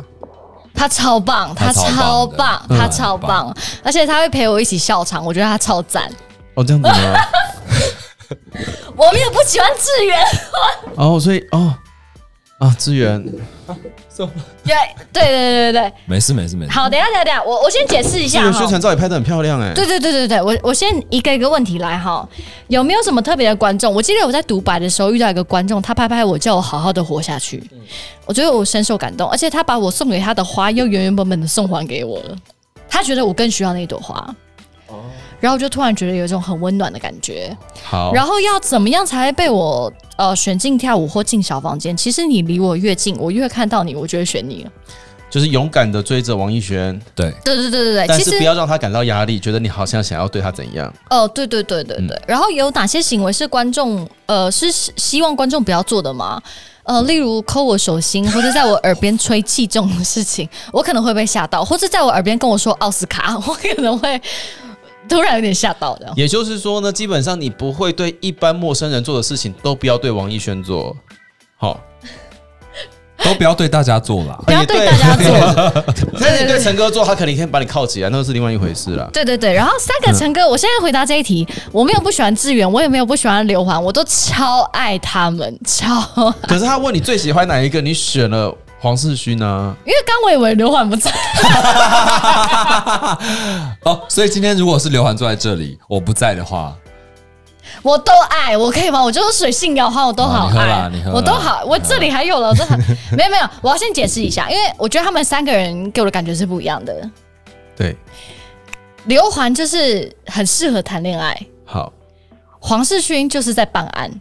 S1: 他超棒，他
S3: 他
S1: 超
S3: 超
S1: 棒
S3: 棒，
S2: 的
S1: 他超
S3: 嗯
S1: 棒，而且他会陪我一起笑场，我觉得他超赞。
S2: 哦，这样子吗？
S1: 我们也不喜欢志
S3: [LAUGHS]
S1: 源，
S2: [LAUGHS] 哦，所以哦啊，志源，
S1: 对对对对对对。
S3: 没事没事没事。
S1: 好，等一下等一下等一下，我我先解释一
S2: 志
S1: 下
S2: 源
S1: 哈
S2: 宣。传照也拍的很漂亮哎、
S1: 对对对对对，我我先一个一个问题来哈，有没有什么特别的观众？我记得我在独白的时候遇到一个观众，他拍拍我，叫我好好的活下去，
S2: 嗯
S1: 我觉得我深受感动，而且他把我送给他的花又原原本本的送还给我了，他觉得我更需要那一朵花，
S2: 哦
S1: 然后我就突然觉得有一种很温暖的感觉。
S2: 好，
S1: 然后要怎么样才会被我呃选进跳舞或进小房间？其实你离我越近，我越看到你，我就会选你了。
S2: 就是勇敢的追着王一璇，
S3: 对，
S1: 对对对对对，
S2: 但
S1: 其
S2: 是
S1: 实
S2: 不要让他感到压力，觉得你好像想要对他怎样。
S1: 哦，对对对对对。然后有哪些行为是观众呃是是希望观众不要做的吗？呃，例如抠我手心，或者在我耳边吹气这种事情，我可能会被吓到；或者在我耳边跟我说奥斯卡，我可能会突然有点吓到的。
S2: 也就是说呢，基本上你不会对一般陌生人做的事情都不要对王一璇做。好，
S3: 都不要对大家做 [LAUGHS] 啦。
S1: 不要对大家 [LAUGHS] 做，
S2: 那你对陈哥做，他肯定可以把你铐起来，那是另外一回事啦。
S1: 对对对。然后三个陈哥，我现在回答这一题，我没有不喜欢志远，我也没有不喜欢刘环，我都超爱他们，超。 [LAUGHS]
S2: 可是他问你最喜欢哪一个，你选了黄世勋啊？
S1: 因为刚我以为刘环不在，
S3: 哦，所以今天如果是刘涵坐在这里，我不在的话，
S1: 我都爱，我可以吗？我就是水性杨花，我都好
S3: 哦你喝
S1: 爱，
S3: 啦你喝啦
S1: 我都好，我这里还有了，我这还 [LAUGHS] 没有没有，我要先解释一下，因为我觉得他们三个人给我的感觉是不一样的。
S2: 对，
S1: 刘环就是很适合谈恋爱，
S2: 好，
S1: 黄世勋就是在办
S3: [LAUGHS]
S1: 案，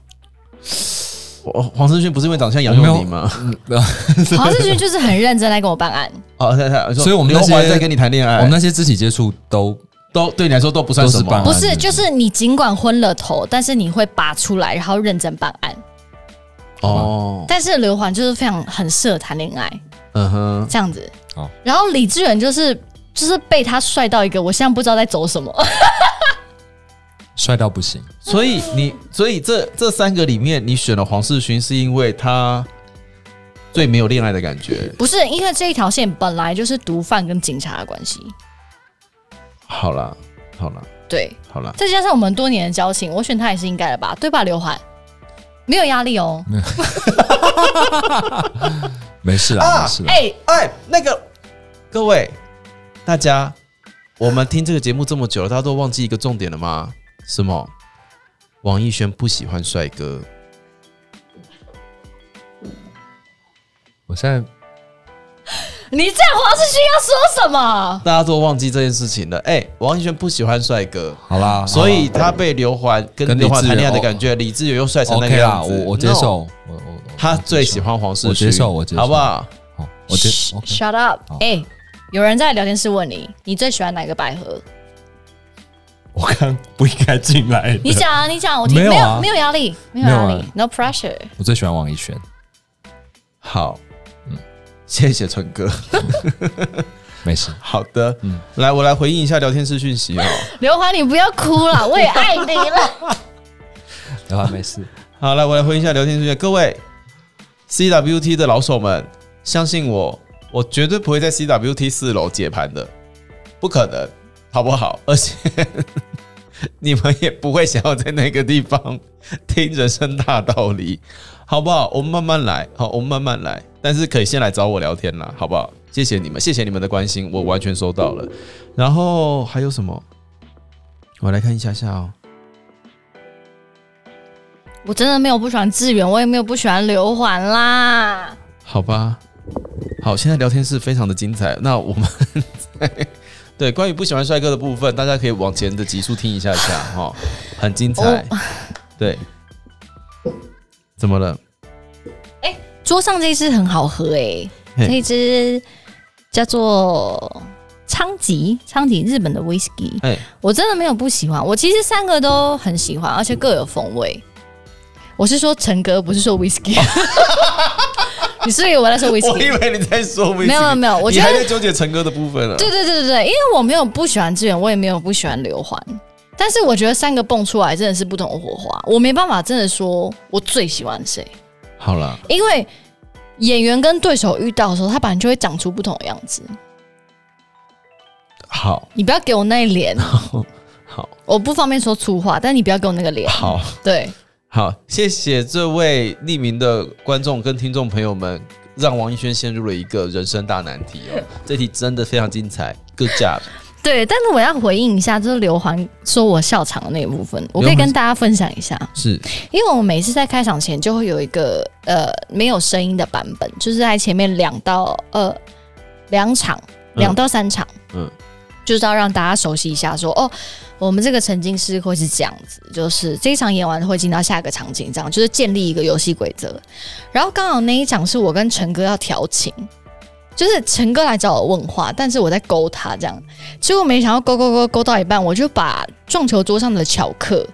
S2: 我哦黄世勋不是因为长相杨佑宁吗？
S3: 嗯 [LAUGHS]
S1: 黄世勋就是很认真在跟我办案。
S2: [LAUGHS] 哦，对对，
S3: 所以我们那
S2: 刘
S3: 些
S2: 环在跟你谈恋爱，
S3: 呃我们那些肢体接触都
S2: 都对你来说都不算什
S3: 都是棒
S2: 么
S3: 啊。
S1: 不是，
S3: 对
S1: 就是你尽管昏了头，但是你会拔出来，然后认真办案。
S2: 哦，
S1: 但是刘环就是非常很适合谈恋爱
S2: 嗯哼，
S1: 这样子。
S3: 哦
S1: 然后李志远就是就是被他帅到一个，我现在不知道在走什么。
S3: 帅到不行。
S2: 所以你，所以这这三个里面，你选了黄世勋是因为他最没有恋爱的感觉。
S1: 不是，因为这一条线本来就是毒贩跟警察的关系，
S2: 好啦，好啦，
S1: 对，
S2: 好啦，
S1: 再加上我们多年的交情，我选他也是应该的吧，对吧，刘环？没有压力哦。
S3: 没事啦，没事啦。
S1: 哎、
S2: 哎，那个各位大家，我们听这个节目这么久了，大家都忘记一个重点了吗？什么？王艺轩不喜欢帅哥，
S3: 我现在
S1: 你这样黄世勋要说什么？
S2: 大家都忘记这件事情了。哎、王艺轩不喜欢帅哥，
S3: 好啦，
S2: 所以他被刘环跟
S3: 跟
S2: 刘环
S3: 李智
S2: 谈恋爱的
S3: 哦
S2: 感觉，李智友又帅成
S3: 好
S2: 那个
S3: OK 啦，
S2: 样子。
S3: 我我接
S2: No，
S3: 受，我我我
S2: 他最喜欢黄世
S3: 我
S2: 勋，
S3: 接受我接受
S2: 好不好？
S3: 好，我接
S1: Shh,
S3: OK
S1: Shut up！
S3: 好
S1: 哎、有人在聊天室问你，你最喜欢哪个百
S3: [LAUGHS]
S1: 合？
S3: 我刚不应该进来的。
S1: 你讲啊，你讲，我听。
S3: 没有啊
S1: 没有压力，没有压
S3: 没有
S1: 力
S3: 啊
S1: ，no pressure。
S3: 我最喜欢王一璇，
S2: 好，
S3: 嗯
S2: 谢谢陈哥。
S3: 没 [LAUGHS] 事。
S2: 好的，
S3: 嗯
S2: 来，我来回应一下聊天室讯息哦。
S1: 刘环，你不要哭了，我也爱你
S3: [LAUGHS]
S1: 了。
S3: 然啊后没事，
S2: 好，来，我来回应一下聊天室讯息。各位 CWT 的老手们，相信我，我绝对不会在 CWT 四楼解盘的，不可能，好不好？而且 [LAUGHS] 你们也不会想要在那个地方听人生大道理，好不好？我们慢慢来，好，我们慢慢来，但是可以先来找我聊天啦，好不好？谢谢你们，谢谢你们的关心，我完全收到了。然后还有什么？我来看一下下哦。
S1: 我真的没有不喜欢志远，我也没有不喜欢刘环啦。
S2: 好吧，好，现在聊天室非常的精彩。那我们 [LAUGHS] 在对关于不喜欢帅哥的部分，大家可以往前的集数听一下下哈、很精彩。
S1: 哦
S2: 对，怎么了？
S1: 桌上这一支很好喝哎、这
S2: 嘿
S1: 一支叫做昌吉，昌吉日本的 whisky，
S2: 哎、
S1: 我真的没有不喜欢，我其实三个都很喜欢，而且各有风味。我是说陈哥，不是说
S2: [LAUGHS]
S1: whisky。你是不是以为我在说 whisky？
S2: 我以为你在说威士忌
S1: 没有没有我
S2: 你
S1: 觉得
S2: 还在纠结陈哥的部分了。
S1: 对对对对对，因为我没有不喜欢志远，我也没有不喜欢刘环，但是我觉得三个蹦出来真的是不同的火花，我没办法真的说我最喜欢谁，
S2: 好了，
S1: 因为演员跟对手遇到的时候，他本来就会长出不同的样子。
S2: 好，
S1: 你不要给我那
S2: [LAUGHS]
S1: 脸，
S2: 好，
S1: 我不方便说粗话，但你不要给我那个脸。
S2: 好。
S1: 对，
S2: 好，谢谢这位匿名的观众跟听众朋友们，让王一轩陷入了一个人生大难题哦。这题真的非常精彩，Good job！
S1: 对，但是我要回应一下，就是刘环说我笑场的那一部分，我可以
S2: 刘环
S1: 跟大家分享一下，
S2: 是
S1: 因为我每次在开场前就会有一个呃没有声音的版本，就是在前面两到呃两场，
S2: 嗯
S1: 两到三场，
S2: 嗯
S1: 嗯，就是要让大家熟悉一下说哦，我们这个沉浸式会是这样子，就是这一场演完会进到下一个场景，这样就是建立一个游戏规则。然后刚好那一场是我跟陈哥要调情，就是陈哥来找我问话，但是我在勾他这样，结果没想到勾勾勾勾到一半，我就把撞球桌上的巧克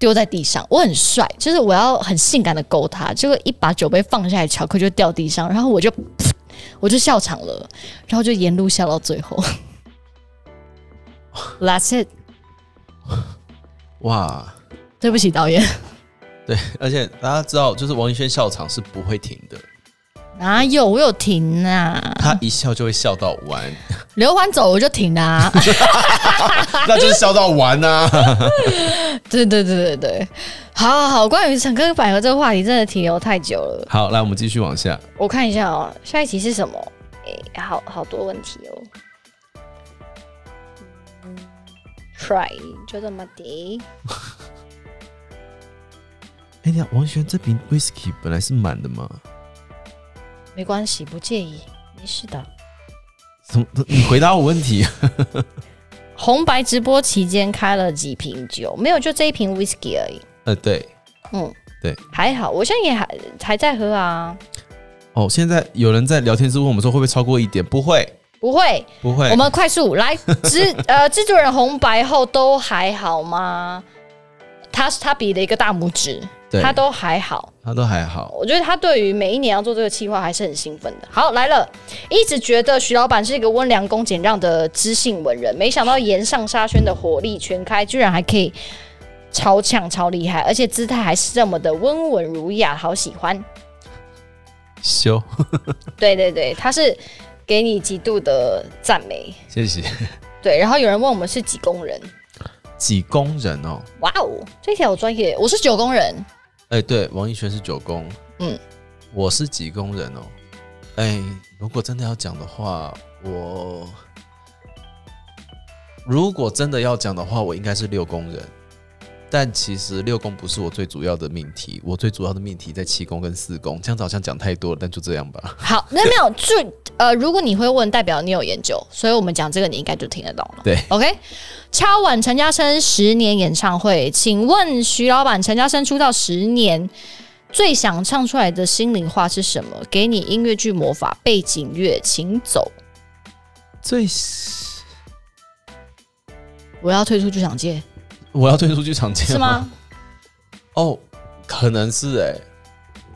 S1: 丢在地上。我很帅，就是我要很性感的勾他，结果一把酒杯放下来，巧克就掉地上，然后我就 [LAUGHS] 我就笑场了，然后就沿路笑到最后。That's it，
S2: 哇，
S1: 对不起导演，
S2: 对，而且大家知道，就是王一轩笑场是不会停的，
S1: 哪有我有停啊？
S2: 他一笑就会笑到 [LAUGHS] 完，
S1: 刘欢走我就停啦、 [LAUGHS] 啊。
S2: 那就是笑到完啊呐、 [LAUGHS]
S1: 对对对对对，好好好，关于陈哥百合这个话题真的停留太久了。
S2: 好，来，我们继续往下。
S1: 我看一下哦，下一题是什么？诶、好好多问题哦。Try，就这么的。
S2: 哎、你看王一轩这瓶 whisky 本来是满的嘛，
S1: 没关系，不介意，没事的。
S2: 怎么？你回答我问题。
S1: 红白直播期间开了几瓶酒？没有，就这一瓶 whisky 而已。
S2: [LAUGHS] 呃，对，
S1: 嗯，
S2: 对，
S1: 还好，我现在也还还在喝啊，
S2: 哦，现在有人在聊天室问我们说会不会超过一点？不会，
S1: 不会。
S2: 不会。
S1: 我们快
S2: [LAUGHS]
S1: 速来制呃制作人红白后都还好吗？他他比了一个大拇指，
S2: 对
S1: 他都还好。
S2: 他都还 [LAUGHS] 好。
S1: 我觉得他对于每一年要做这个计划还是很兴奋的。好，来了，一直觉得徐老板是一个温良恭俭让的知性文人，没想到岩上沙宣的火力全开，居然还可以超强超厉害，而且姿态还是这么的温文儒雅，好喜欢。
S2: 修，
S1: 对对对，他是给你极度的赞美。
S2: 谢谢。
S1: 对，然后有人问我们是几工人。
S2: 几宫人哦？
S1: 哇哦，这条我专业，我是九宫人，
S2: 哎、对，王一轩是九宫，
S1: 嗯，
S2: 我是几宫人哦。哎、如果真的要讲的话，我如果真的要讲的话，我应该是六宫人。但其实六宫不是我最主要的命题，我最主要的命题在七宫跟四宫。这样子好像讲太多了，但就这样吧。
S1: 好，那没有就呃，如果你会问，代表你有研究，所以我们讲这个你应该就听得懂了。
S2: 对
S1: ，OK。敲碗陈嘉生十年演唱会，请问徐老板，陈嘉生出道十年，最想唱出来的心里话是什么？给你音乐剧魔法背景乐，请走。
S2: 最
S1: 我要退出剧场界，
S2: 我要退出剧场界
S1: 是
S2: [LAUGHS]
S1: 吗？？
S2: 哦，可能是哎、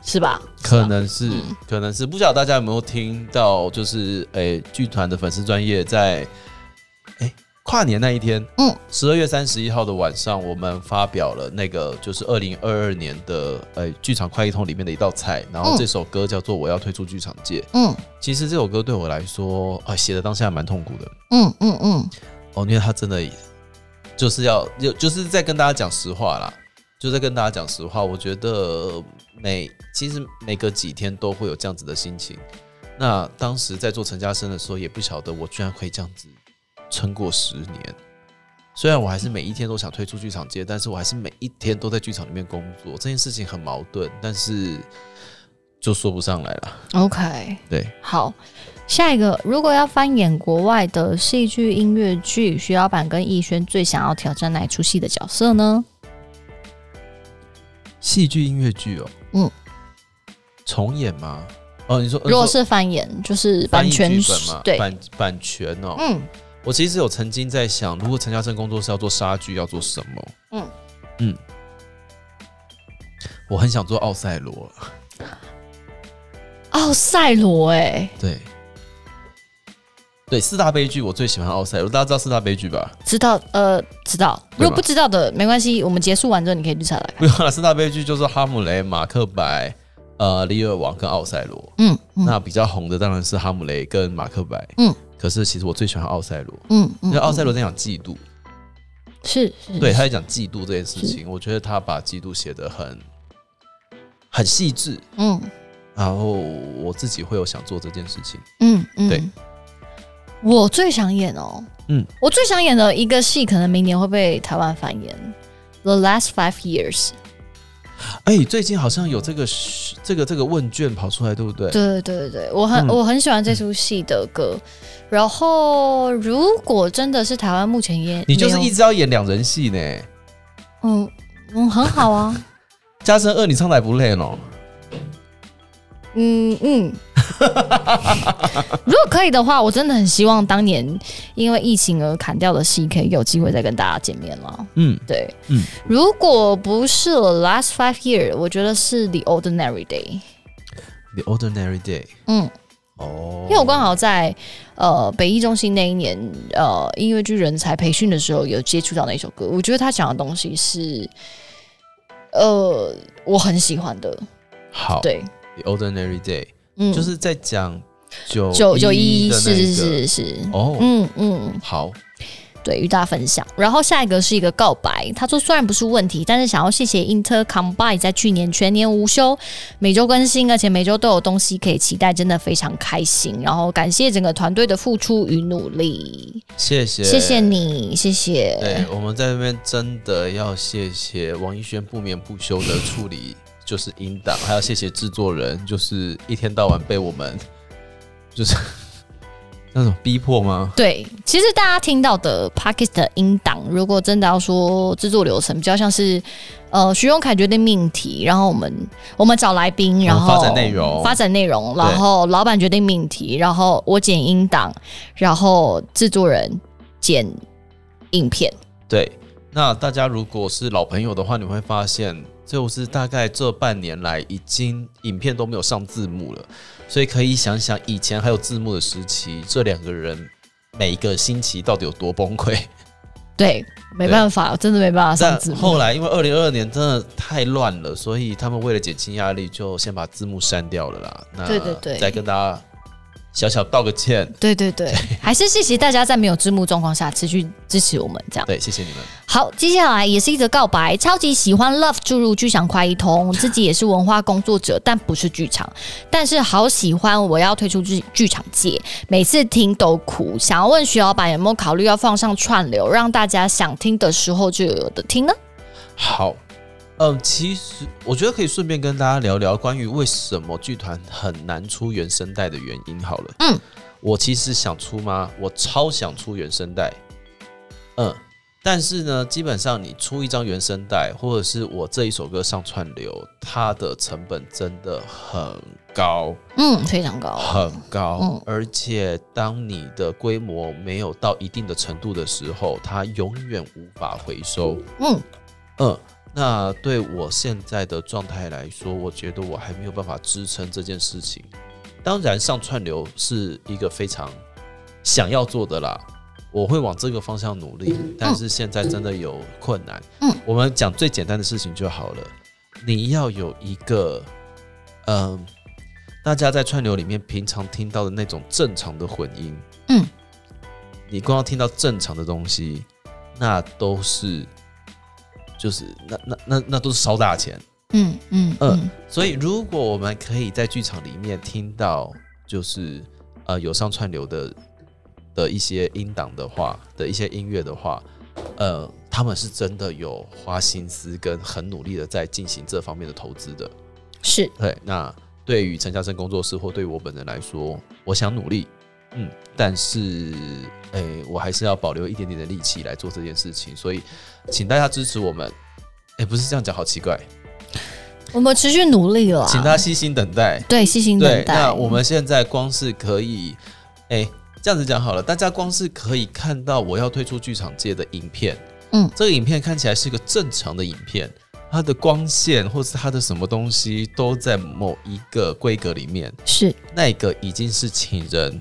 S1: 是吧？
S2: 可能是，可能是，不晓得大家有没有听到，就是诶，剧、团的粉丝专业在诶、跨年那一天，
S1: 嗯
S2: 嗯，十二月三十一号的晚上，我们发表了那个就是二零二二年的诶剧、场快一通里面的一道菜，然后这首歌叫做《我要退出剧场界》。
S1: 嗯
S2: 其实这首歌对我来说，啊，写的当下蛮痛苦的
S1: 嗯嗯嗯，
S2: 哦，因为它真的就是要就就是在跟大家讲实话啦。就在跟大家讲实话，我觉得每其实每隔几天都会有这样子的心情。那当时在做陈嘉生的时候，也不晓得我居然可以这样子撑过十年。虽然我还是每一天都想退出剧场界，但是我还是每一天都在剧场里面工作。这件事情很矛盾，但是就说不上来了。
S1: OK。
S2: 对，
S1: 好，下一个，如果要翻演国外的戏剧音乐剧，徐老板跟逸轩最想要挑战哪一出戏的角色呢？
S2: 戏剧音乐剧哦，
S1: 嗯，
S2: 重演吗？哦，你说
S1: 如果是翻演，就是
S2: 翻
S1: 版
S2: 译
S1: 权
S2: 剧本嘛，
S1: 对，
S2: 版版权哦，
S1: 嗯，
S2: 我其实有曾经在想，如果陈嘉生工作室要做莎剧，要做什么？
S1: 嗯
S2: 嗯嗯，我很想做奥赛罗，
S1: 奥哦赛罗，哎，
S2: 对对，四大悲剧我最喜欢奥赛罗，大家知道四大悲剧吧？ [LAUGHS]
S1: 知道，呃，知道。
S2: 对吧
S1: 如果不知道的，没关系，我们结束完之后你可以去查来看。
S2: 不用了，四大悲剧就是哈姆雷、马克白、呃李尔王跟奥赛罗。
S1: 嗯嗯
S2: 那比较红的当然是哈姆雷跟马克白，
S1: 嗯
S2: 嗯，可是其实我最喜欢奥赛罗，
S1: 嗯嗯
S2: 因为奥赛
S1: 嗯
S2: 罗在讲嫉妒，
S1: 是是，
S2: 对，他在讲嫉妒这件事情，我觉得他把嫉妒写得很很细致，
S1: 嗯
S2: 然后我自己会有想做这件事情。
S1: 嗯嗯，
S2: 对。
S1: 我最想演哦，嗯
S2: 嗯，
S1: 我最想演的一个戏，可能明年会被台湾翻演，《The Last Five Years》。
S2: 哎、最近好像有这个这个这个问卷跑出来，对不对？
S1: 对对对，我很、
S2: 嗯
S1: 我很喜欢这出戏的歌。然后，如果真的是台湾目前演，
S2: 你就是
S1: 没有
S2: 一直要演两人戏呢。
S1: 嗯嗯很好
S2: [LAUGHS]
S1: 啊，
S2: 加深二，你唱的还不累哦。 [LAUGHS]
S1: 嗯嗯，如果可以的话，我真的很希望当年因为疫情而砍掉的戏，可以有机会再跟大家见面了。
S2: 嗯，
S1: 对，
S2: 嗯
S1: 如果不是 The Last Five Year，我觉得是 The Ordinary Day。
S2: 《The Ordinary Day》
S1: 嗯，
S2: 哦，
S1: 因为我刚好在呃北艺中心那一年，呃音乐剧人才培训的时候有接触到那一首歌，我觉得他讲的东西是，呃，我很喜欢的。
S2: 好，
S1: 对，
S2: 《The Ordinary Day》
S1: 嗯，
S2: 哦就是在讲九
S1: 九九一
S2: 一
S1: 一，
S2: 的
S1: 是
S2: 那
S1: 是
S2: 个
S1: 是是，
S2: 哦，
S1: 嗯嗯。
S2: 好，
S1: 对，与大家分享。然后下一个是一个告白，他说虽然不是问题，但是想要谢谢 Intercombine 在去年全年无休，每周更新，而且每周都有东西可以期待，真的非常开心。然后感谢整个团队的付出与努力，
S2: 谢谢，
S1: 谢谢。你，谢谢。
S2: 对，我们在这边真的要谢谢王一轩不眠不休的处理，就是音档，还要谢谢制作人，就是一天到晚被我们 [LAUGHS] 就是 [LAUGHS] 那种逼迫吗？
S1: 对，其实大家听到的 p a c k e t 的音档，如果真的要说制作流程，比较像是呃徐永凯决定命题，然后我们我们找来宾，然后
S2: 发展内容
S1: 发展内容，
S2: 对
S1: 然后老板决定命题，然后我剪音档，然后制作人剪影片。
S2: 对，那大家如果是老朋友的话，你会发现，就是大概这半年来，已经影片都没有上字幕了，所以可以想想以前还有字幕的时期，这两个人每一个星期到底有多崩溃。
S1: 对，没办法，真的没办法上
S2: 但
S1: 啊字幕
S2: 后来因为二零二二年真的太乱了，所以他们为了减轻压力，就先把字幕删掉了啦。那
S1: 对对对
S2: 再跟大家小小道个歉。
S1: 对对对，还是谢谢大家在没有字幕状况下持续支持我们这样。
S2: 对，谢谢你们。
S1: 好，接下来也是一则告白，超级喜欢 Love 注入剧场快一 [LAUGHS] 通，自己也是文化工作者，但不是剧场，但是好喜欢，我要退出剧剧场界，每次听都哭。想要问徐老板有没有考虑要放上串流，让大家想听的时候就有的听呢？
S2: 好，嗯，其实我觉得可以顺便跟大家聊聊关于为什么剧团很难出原声带的原因。好了，
S1: 嗯，
S2: 我其实想出吗？我超想出原声带，嗯，但是呢，基本上你出一张原声带，或者是我这一首歌上串流，它的成本真的很高。
S1: 嗯，非常高。
S2: 很高，
S1: 嗯
S2: 而且当你的规模没有到一定的程度的时候，它永远无法回收。
S1: 嗯
S2: 嗯，那对我现在的状态来说，我觉得我还没有办法支撑这件事情。当然，上串流是一个非常想要做的啦，我会往这个方向努力，但是现在真的有困难。
S1: 嗯，
S2: 我们讲最简单的事情就好了，你要有一个，嗯、大家在串流里面平常听到的那种正常的混音，
S1: 嗯，
S2: 你光要听到正常的东西，那都是就是那那那那都是烧大钱。
S1: 嗯嗯嗯
S2: 嗯，所以如果我们可以在剧场里面听到，就是呃有上串流的的一些音档的话，的一些音乐的话，呃，他们是真的有花心思跟很努力的在进行这方面的投资的。
S1: 是
S2: 对，那对于陈嘉生工作室或对于我本人来说，我想努力，嗯，但是，诶、我还是要保留一点点的力气来做这件事情，所以，请大家支持我们。诶、不是这样讲，好奇怪，
S1: 我们持续努力了啊，
S2: 请大家细心等待。
S1: 对细心
S2: 对
S1: 等，待。
S2: 那我们现在光是可以，诶、这样子讲好了，大家光是可以看到我要退出剧场界的影片，
S1: 嗯
S2: 这个影片看起来是个正常的影片，它的光线或是它的什么东西都在某一个规格里面，
S1: 是
S2: 那个已经是请人，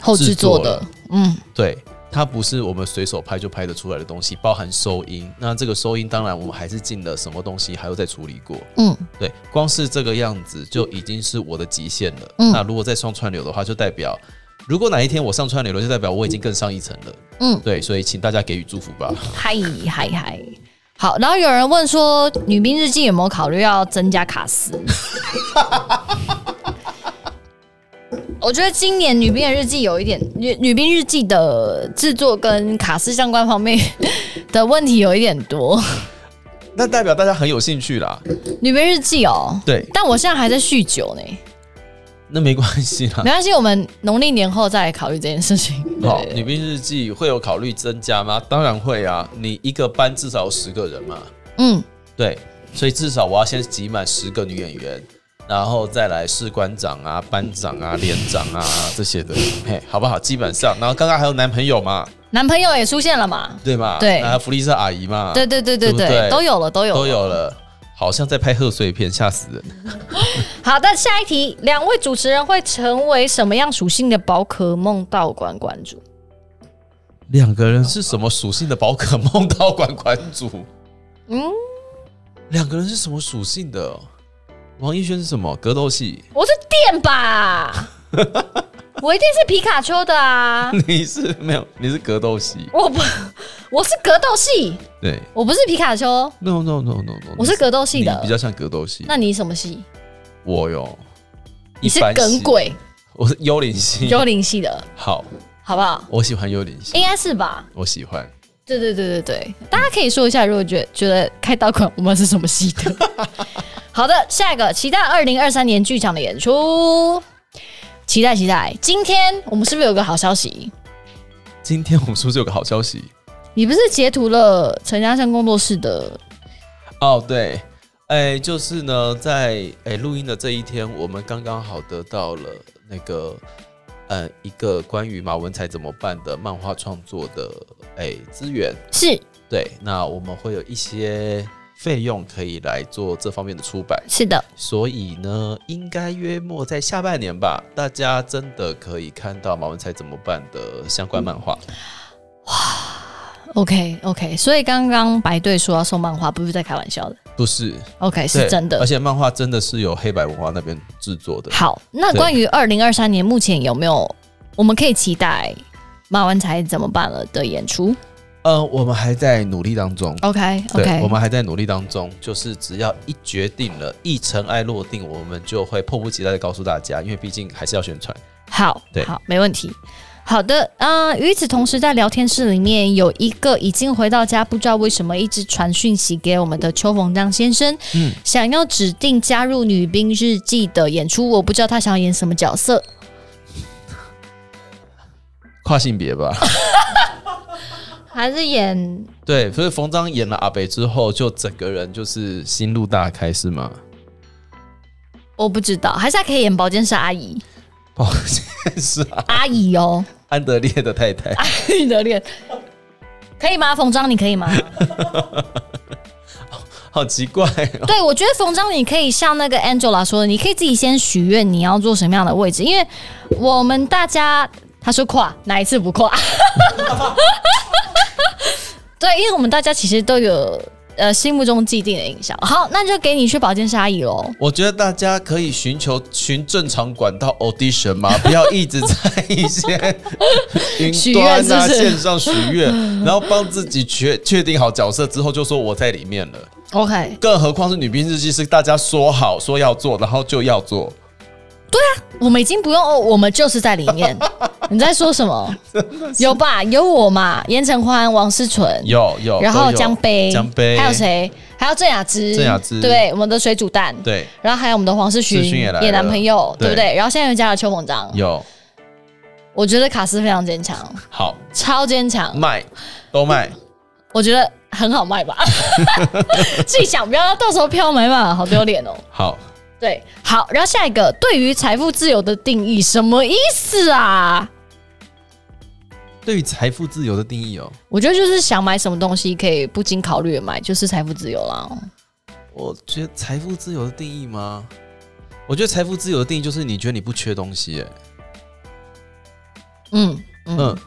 S1: 后制作
S2: 制作
S1: 的
S2: 了，
S1: 嗯
S2: 对，它不是我们随手拍就拍得出来的东西，包含收音。那这个收音，当然我们还是进了什么东西，还要再处理过。
S1: 嗯，
S2: 对，光是这个样子就已经是我的极限了。
S1: 嗯
S2: 那如果再上串流的话，就代表如果哪一天我上串流了，就代表我已经更上一层了。
S1: 嗯
S2: 对，所以请大家给予祝福吧。
S1: 嗨嗨嗨。好，然后有人问说，《女兵日记》有没有考虑要增加卡司？ [LAUGHS] 我觉得今年《女兵的日记》有一点，《女女兵日记》的制作跟卡司相关方面的问题有一点多， [LAUGHS] 《
S2: 那代表大家很有兴趣啦。
S1: 女兵日记》哦。
S2: 对，
S1: 但我现在还在酗酒呢，
S2: 那没关系啦。
S1: 没关系，我们农历年后再来考虑这件事情。
S2: 好，
S1: 对
S2: 女兵日记会有考虑增加吗？当然会啊，你一个班至少有十个人嘛。
S1: 嗯，
S2: 对，所以至少我要先挤满十个女演员，然后再来士官长啊、班长啊、连长啊这些的，嘿，好不好？基本上，然后刚刚还有男朋友嘛，
S1: 男朋友也出现了嘛？
S2: 对嘛？
S1: 对
S2: 还有福利社阿姨嘛，
S1: 对对对
S2: 对
S1: 对
S2: 不
S1: 啊对，
S2: 对
S1: 都有了，都有了
S2: 都有了。好像在拍贺岁片，吓死人！
S1: 好的，下一题，两位主持人会成为什么样属性的宝可梦道馆馆主？
S2: 两个人是什么属性的宝可梦道馆馆主？
S1: 嗯，
S2: 两个人是什么属性的？王一轩是什么格斗系？ [LAUGHS]
S1: 我是电吧，我一定是皮卡丘的啊！
S2: 你是没有，你是格斗系。
S1: 我不，我是格斗系，
S2: 对
S1: 我不是皮卡丘，
S2: ，no no no no no，
S1: 我是格斗系
S2: 你
S1: 的
S2: 比。较像格斗系。
S1: 那你什么系？
S2: 我哟，
S1: 你是
S2: 一般系
S4: 耿，
S2: [LAUGHS]
S4: 鬼，
S2: 我是幽灵系。
S1: 幽灵系的，
S2: 好，
S1: 好不好？
S2: 我喜欢幽灵系，
S1: 应该是吧？
S2: 我喜欢。
S1: 对对对对对，大家可以说一下，如果觉得觉得开导款我们是什么系
S2: [LAUGHS]
S1: 的。好的，下一个期待二零二三年剧场的演出，期待期待。今天我们是不是有个好消息？
S2: 今天我们是不是有个好消息？
S1: 你不是截图了陈嘉生工作室的？
S2: 哦，对，哎、就是呢，在哎录、音的这一天，我们刚刚好得到了那个呃一个关于马文才怎么办的漫画创作的哎资、源。
S1: 是
S2: 对，那我们会有一些费用可以来做这方面的出版，
S1: 是的，
S2: 所以呢，应该约莫在下半年吧，大家真的可以看到马文才怎么办的相关漫画。
S1: 嗯，OK OK。所以刚刚白队说要送漫画，不是在开玩笑的
S2: 不是，
S1: ，OK
S2: 对
S1: 是真
S2: 而
S1: 的。
S2: 且漫画真的是由黑白文化那边制作的。
S1: 好，那
S2: 对
S1: 关于二零二三年目前有没有我们可以期待马文才怎么办了的演出
S2: 呃，我们还在努力当中。
S1: ？OK
S2: 对，
S1: OK，
S2: 我们还在努力当中，就是只要一决定了，一尘埃落定，我们就会迫不及待的告诉大家，因为毕竟还是要宣传。
S1: 好，
S2: 对
S1: 好，没问题。好的，啊、与此同时，在聊天室里面有一个已经回到家，不知道为什么一直传讯息给我们的邱逢章先生，
S2: 嗯
S1: 想要指定加入《女兵日记》的演出，我不知道他想要演什么角色。
S2: 跨性别吧，
S1: 还是演
S2: [LAUGHS] 对，所以冯章演了阿北之后，就整个人就是心路大开，是吗？
S1: 我不知道，还是他可以演保健室阿姨，
S2: 抱歉，哦是啊，
S1: 阿姨
S2: [LAUGHS]
S1: 哦，
S2: 安德烈的太太，
S1: 你的脸可以吗？冯章，你可以吗？
S2: 好奇怪哦。
S1: 对，我觉得冯章，你可以像那个 Angela 说的，你可以自己先许愿你要做什么样的位置，因为我们大家他说跨哪一次不跨？ [LAUGHS] 对，因为我们大家其实都有呃心目中既定的印象。好，那就给你去保健沙姨喽。
S2: 我觉得大家可以寻求寻正常管道
S1: [LAUGHS]
S2: audition 嘛，不要一直在一些
S1: 许
S2: 云
S1: 愿
S2: 端啊
S1: 是不是
S2: 线上许
S1: [LAUGHS]
S2: 愿，然后帮自己确确定好角色之后，就说我在里面了。
S1: OK，
S2: 更何况是女兵日记是大家说好说要做，然后就要做，
S1: 我们已经不用哦，我们就是在里面。你在说什么？有吧？有我嘛？严承欢、王思纯，
S2: 有有，
S1: 然后
S2: 都有
S1: 江杯，
S2: 江杯
S1: 还有？谁？还有郑雅芝，
S2: 郑雅芝
S1: 对，我们的水煮蛋，
S2: 对，
S1: 然后还有我们的黄世勋
S2: 世勋也来了
S1: 男朋友，对
S2: 对
S1: 不对？然后现在又加了邱鹏章，
S2: 有
S1: 我觉得卡斯非常坚强，
S2: 好
S1: 超坚强，
S2: 卖都卖，
S1: 我觉得很好
S2: [LAUGHS]
S1: 卖吧。自己想，不要到时候票没办法，好丢脸哦。
S2: 好
S1: 对，好，然后下一个，对于财富自由的定义什么意思啊？
S2: 对于财富自由的定义哦，
S1: 我觉得就是想买什么东西可以不经考虑的买，就是财富自由啦。
S2: 我觉得财富自由的定义吗？我觉得财富自由的定义就是你觉得你不缺东西，哎，
S1: 嗯嗯。
S2: 嗯，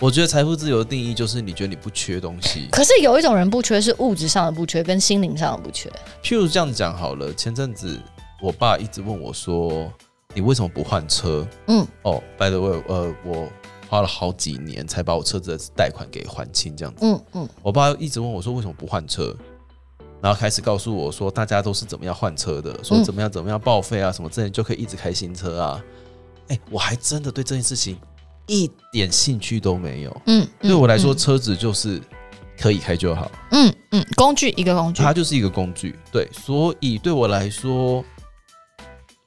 S2: 我觉得财富自由的定义就是你觉得你不缺东西。
S1: 可是有一种人不缺是物质上的不缺，跟心灵上的不缺。
S2: 譬如这样讲好了，前阵子我爸一直问我说：“你为什么不换车？”
S1: 嗯，
S2: 哦、b y the way，呃，我花了好几年才把我车子的贷款给还清，这样子。
S1: 嗯嗯，
S2: 我爸一直问我说：“为什么不换车？”然后开始告诉我说：“大家都是怎么样换车的，说
S1: 嗯
S2: 怎么样怎么样报废啊，什么之类，就可以一直开新车啊。哎，我还真的对这件事情一点兴趣都没有。
S1: 嗯，
S2: 对我来说，车子就是可以开就好。
S1: 嗯嗯，工具一个工具，
S2: 它就是一个工具，对，所以对我来说，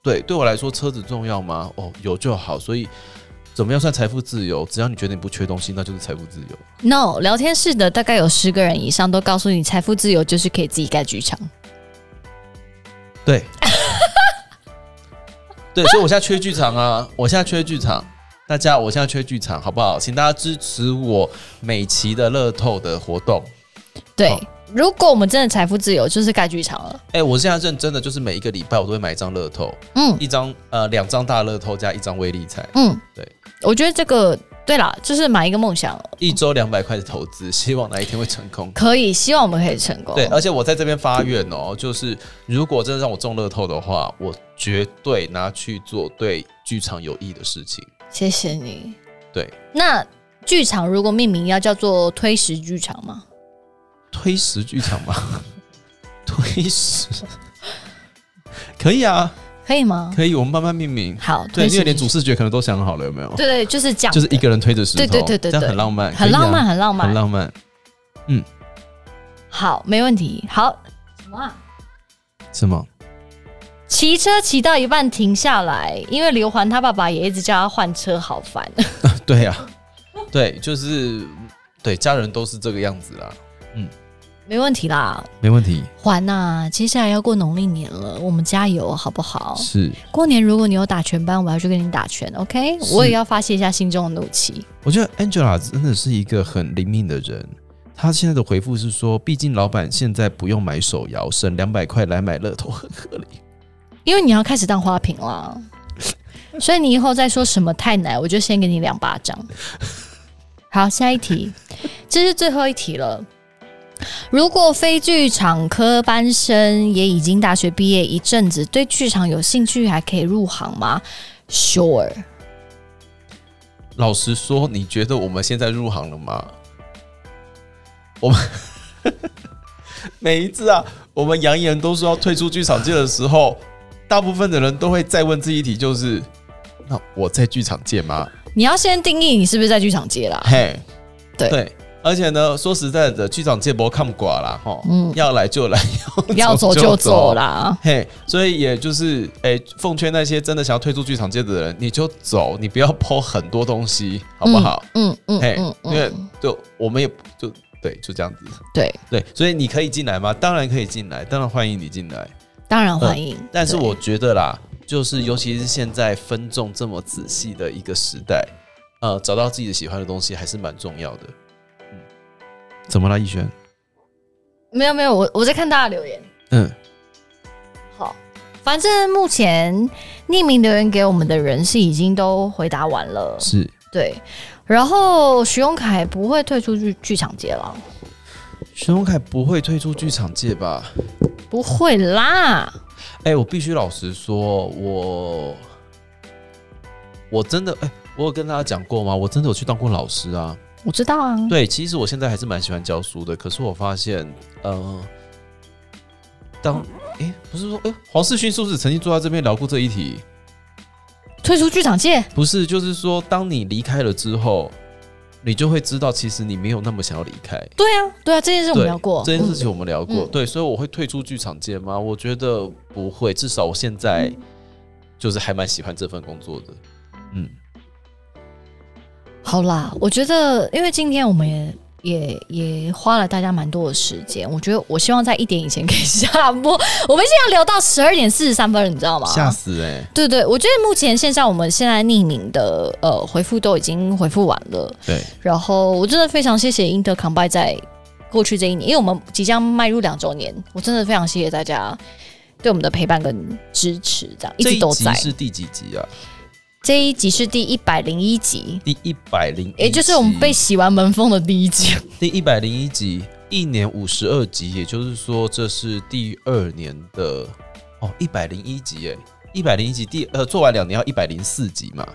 S2: 对对我来说，车子重要吗？哦，有就好。所以怎么样算财富自由？只要你觉得你不缺东西，那就是财富自由。
S1: No，聊天室的大概有十个人以 [LAUGHS] 上都告诉你，财富自由就是可以自己盖剧场。
S2: 对，对，所以我现在缺剧场啊，我现在缺剧场，大家，我现在缺剧场，好不好？请大家支持我每期的乐透的活动。
S1: 对
S2: 好，
S1: 如果我们真的财富自由，就是盖剧场了。
S2: 哎、我现在认真的，就是每一个礼拜我都会买一张乐透，
S1: 嗯
S2: 一张呃两张大乐透加一张威力彩，
S1: 嗯，
S2: 对，
S1: 我觉得这个对啦，就是买一个梦想
S2: 一周两百块的投资， [LAUGHS] 希望哪一天会成功。
S1: 可以，希望我们可以成功。
S2: 对，而且我在这边发愿哦，就是如果真的让我中乐透的话，我绝对拿去做对剧场有益的事情。
S1: 谢谢你。
S2: 对，
S1: 那剧场如果命名要叫做推石剧场吗？
S2: 推石剧场吗？ [LAUGHS] 推石可以啊，
S1: 可以吗？
S2: 可以，我们慢慢命名。
S1: 好，
S2: 对，
S1: 推
S2: 因
S1: 石
S2: 为连
S1: 剧
S2: 主视觉可能都想好了，有没有？
S1: 对对，就是讲
S2: 就是一个人推着石头，
S1: 对对对对
S2: 这样很
S1: 对
S2: 浪漫，
S1: 很浪漫，
S2: 可以
S1: 很浪
S2: 啊，
S1: 漫。
S2: 很浪漫。
S1: 好，没问题。好，什么啊？
S2: 什么？
S1: 骑车骑到一半停下来，因为刘环他爸爸也一直叫他换车，好烦。
S2: [LAUGHS] 对啊，对，就是对家人都是这个样子啦，
S1: [LAUGHS] 没问题啦，
S2: 没问题，
S1: 环呐、接下来要过农历年了，我们加油好不好？
S2: 是。
S1: 过年如果你有打拳班，我要去跟你打拳，OK？
S2: 是
S1: 我也要发泄一下心中的怒气。
S2: 我觉得 Angela 真的是一个很灵敏的人。她现在的回复是说，毕竟老板现在不用买手摇，省两百块来买乐透很合 [LAUGHS] 理。
S1: 因为你要开始当花瓶
S2: [LAUGHS]
S1: 啦，所以你以后再说什么太奶，我就先给你两巴掌。好，下一题，这是最后一题了。如果非剧场科班生也已经大学毕业一阵子，对剧场有兴趣，还可以入行吗？Sure，
S2: 老实说，你觉得我们现在入行了吗？我们每一次啊，我们扬言都说要退出剧场界的时候，大部分的人都会再问自己一题，就是那我在剧场界吗？
S1: 你要先定义你是不是在剧场界啦。
S2: [LAUGHS] 嘿，
S1: 啊对
S2: 而且呢，说实在的，剧场界不看寡啦，吼，
S1: 嗯
S2: 要来就来，
S1: 要走就走。啦，
S2: 嘿，所以也就是，哎、奉劝那些真的想要退出剧场界的人，你就走，你不要抛很多东西，好不好？
S1: 嗯？嗯
S2: 嘿，
S1: 嗯嗯
S2: 因为
S1: 嗯，
S2: 就我们也不就对，就这样子。
S1: 对，
S2: 对，所以你可以进来吗？当然可以进来，当然欢迎你进来。
S1: 当然欢迎。
S2: 嗯但是
S1: 对
S2: 我觉得啦，就是尤其是现在分众这么仔细的一个时代，呃，找到自己的喜欢的东西还是蛮重要的。嗯，怎么了，逸轩？
S1: 没有没有，我我在看大家留言。
S2: 嗯，
S1: 好，反正目前匿名留言给我们的人是已经都回答完了，
S2: 是
S1: 对。然后徐永凯不会退出剧剧场界了，
S2: 徐荣凯不会退出剧场界吧？
S1: 不会啦。
S2: 哎、我必须老实说，我我真的哎、我有跟大家讲过吗？我真的有去当过老师啊。
S1: 我知道啊，
S2: [LAUGHS] 对，其实我现在还是蛮喜欢教书的，可是我发现，呃，当哎、不是说哎、黄世勋是不是曾经坐在这边聊过这一题？
S1: 退出剧场界，
S2: 不是，就是说，当你离开了之后，你就会知道，其实你没有那么想要离开。
S1: 对啊，对啊，这件事我们
S2: 对
S1: 聊过，
S2: 这件
S1: 嗯
S2: 事情我们聊过。
S1: 嗯
S2: 对，所以我会退出剧场界吗？我觉得不会，至少我现在
S1: 嗯
S2: 就是还蛮喜欢这份工作的。嗯，
S1: 好啦，我觉得，因为今天我们也。也也花了大家蛮多的时间，我觉得我希望在一点以前可以下播。我们现在聊到十二点四十三分了，你知道吗？
S2: 吓死哎、
S1: 对对，我觉得目前线上我们现在匿名的呃回复都已经回复完了，
S2: 对，
S1: 然后我真的非常谢谢 Inter Combine 在过去这一年，因为我们即将迈入两周年，我真的非常谢谢大家对我们的陪伴跟支持，这样一
S2: 这
S1: 直
S2: 一
S1: 都
S2: 集
S1: 在。
S2: 是第几集啊？
S1: 这一集是第一百零一集，
S2: 第一百零，
S1: 也就是我们被洗完门风的第一集。
S2: 第一百零一集，一年五十二集，也就是说这是第二年的哦，一百零一集哎，一百零一集第呃做完两年要一百零四集嘛。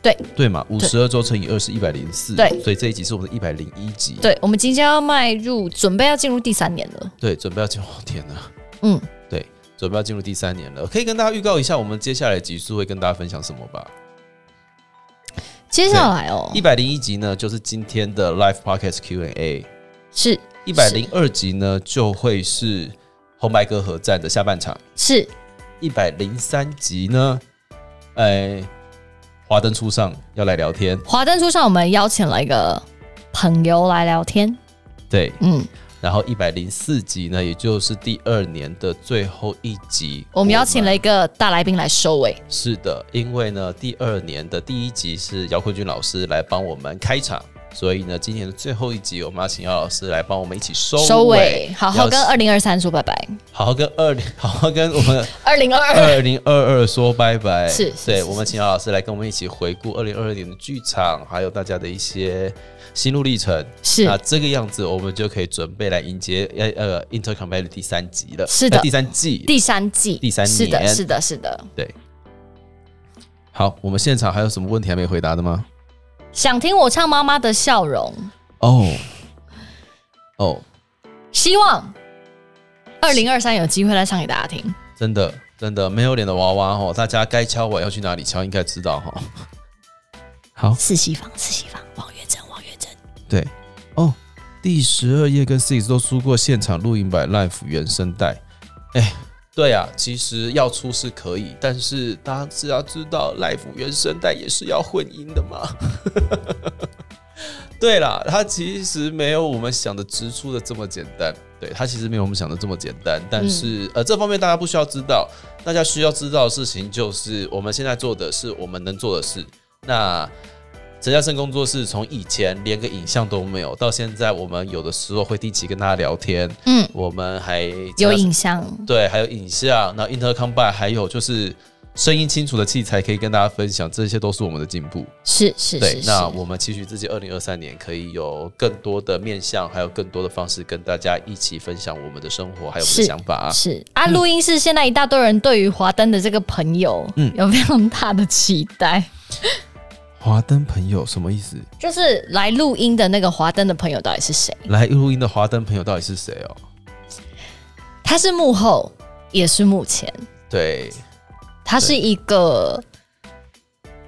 S1: 对
S2: 对嘛，五十二周乘以二是一百零四，
S1: 对
S2: 所以这一集是我们的一百零一集，
S1: 对，我们即将要迈入，准备要进入第三年了。
S2: 对，准备要进入，哦天哪，
S1: 嗯，
S2: 对， [LAUGHS] 准备要进入第三年了，可以跟大家预告一下，我们接下来的集数会跟大家分享什么吧？
S1: 接下来哦
S2: 一，百零一集呢，就是今天的 Live Podcast Q&A，
S1: 是
S2: 一百零二集呢就会是红白歌合战的下半场。
S1: 是
S2: 一百零三集呢，哎，华灯初上要来聊天，
S1: 华灯初上，我们邀请了一个朋友来聊天。
S2: 对，
S1: 嗯，
S2: 然后一百零四集呢，也就是第二年的最后一集，
S4: 我们邀请了一个大来宾来收尾，
S2: 是的，因为呢，第二年的第一集是姚坤君老师来帮我们开场，所以呢，今年的最后一集，我们要请姚老师来帮我们一起收
S4: 收尾，好好
S2: 要
S4: 跟二零二三说拜拜，
S2: 好好跟二零， [LAUGHS] 好好跟我们
S4: 二零二二，
S2: 二零二二说拜拜。
S4: 是是
S2: 对，
S4: 是
S2: 我们请姚老师来跟我们一起回顾二零二二年的剧场，还有大家的一些心路历程。
S4: 是
S2: 那这个样子，我们就可以准备来迎接呃呃 Intercompare 第三集了，
S4: 是的
S2: 呃第三季。
S4: 第三季，
S2: 第三
S4: 是的，
S2: 年
S4: 是的，是的。
S2: 对。好，我们现场还有什么问题还没回答的吗？
S1: 想听我唱《妈妈的笑容
S2: 哦，哦，》，
S1: 希望二零二三有机会来唱给大家听。
S2: 真的真的没有脸的娃娃哦，大家该敲碗要去哪里敲，应该知道哈。好，
S1: 是西方，是西方，王月珍，王月珍。
S2: 对，哦，第十二页跟 Six 都出过现场录音版 Live 原声带，哎。对啊，其实要出是可以，但是大家是要知道，Live 原声带也是要混音的嘛。 [LAUGHS] 对啦，它其实没有我们想的直出的这么简单。对，它其实没有我们想的这么简单。但是、呃，这方面大家不需要知道，大家需要知道的事情就是我们现在做的是我们能做的事。那陈嘉生工作室从以前连个影像都没有，到现在我们有的时候会定期跟大家聊天，
S4: 嗯，
S2: 我们还
S4: 有影像，
S2: 对，还有影像，那 Intercom by，还有就是声音清楚的器材可以跟大家分享，这些都是我们的进步。
S4: 是是
S2: 对
S4: 是，是，
S2: 那我们期许自己二零二三年可以有更多的面向，还有更多的方式跟大家一起分享我们的生活，还有我们的
S1: 是
S2: 想法啊。
S1: 是啊，录音室现在一大堆人对于华灯的这个朋友，
S2: 嗯
S1: 有非常大的期待，
S2: 华灯朋友什么意思？
S1: 就是来录音的那个华灯的朋友到底是谁？
S2: 来录音的华灯朋友到底是谁哦？
S1: 他是幕后，也是幕前，
S2: 对，
S1: 他是一个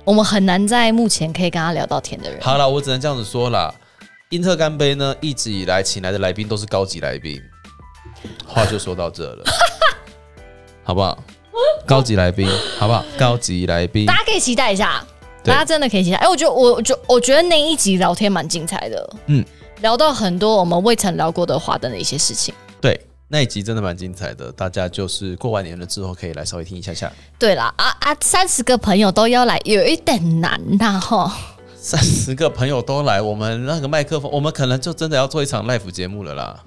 S1: 我们很难在幕前可以跟他聊到天的人。
S2: 好了，我只能这样子说啦。英特干杯呢，一直以来请来的来宾都是高级来宾，话就说到这
S1: [LAUGHS]
S2: 了，好不好？高级来宾，好不好？高级来宾
S1: 大，家可以期待一下，
S2: 对
S1: 大家真的可以期待。哎、我觉得我我觉我觉得那一集聊天蛮精彩的，
S2: 嗯
S1: 嗯，聊到很多我们未曾聊过的华灯的一些事情。
S2: 对那一集真的蛮精彩的，大家就是过完年了之后可以来稍微听一下下。
S1: 对啦，啊啊，三十个朋友都要来，有一点难呐、哈。
S2: 三十个朋友都来，我们那个麦克风，我们可能就真的要做一场 live 节目了啦。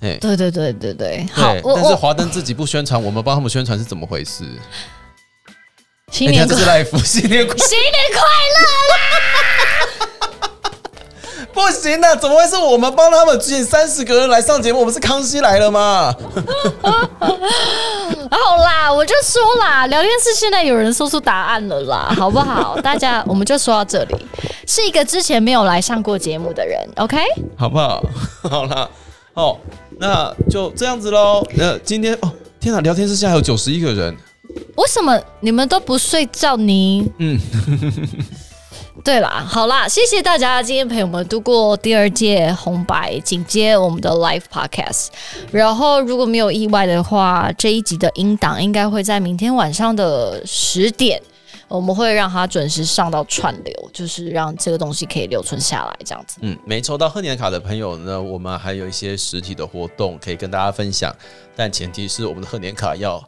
S2: 哎，
S1: 对对对对对，好
S2: 对，，
S1: 我
S2: 但是
S1: 我
S2: 华灯自己不宣传，我们帮他们宣传是怎么回事？
S1: 新
S2: 哎
S1: 年
S2: 你看这
S1: 快
S2: 是 live [LAUGHS] 新年快乐。
S1: 新年快乐啦！
S2: 不行的，怎么会是我们帮他们请三十个人来上节目？我们是康熙来了吗？
S1: [LAUGHS] 好啦，我就说啦，聊天室现在有人说出答案了啦， [LAUGHS] 好不好？大家我们就说到这里，是一个之前没有来上过节目的人，OK？
S2: 好不好？ [LAUGHS] 好啦，哦，那就这样子喽。呃，今天哦，天哪，聊天室现在还有九十一个人，
S1: 为什么你们都不睡觉呢？嗯， [LAUGHS] 对啦，好啦，谢谢大家今天陪我们度过第二届红白，紧接我们的 live podcast。然后如果没有意外的话，这一集的音档应该会在明天晚上的十点。我们会让它准时上到串流，就是让这个东西可以留存下来，这样子。
S2: 嗯，没抽到贺年卡的朋友呢，我们还有一些实体的活动可以跟大家分享，但前提是我们的贺年卡要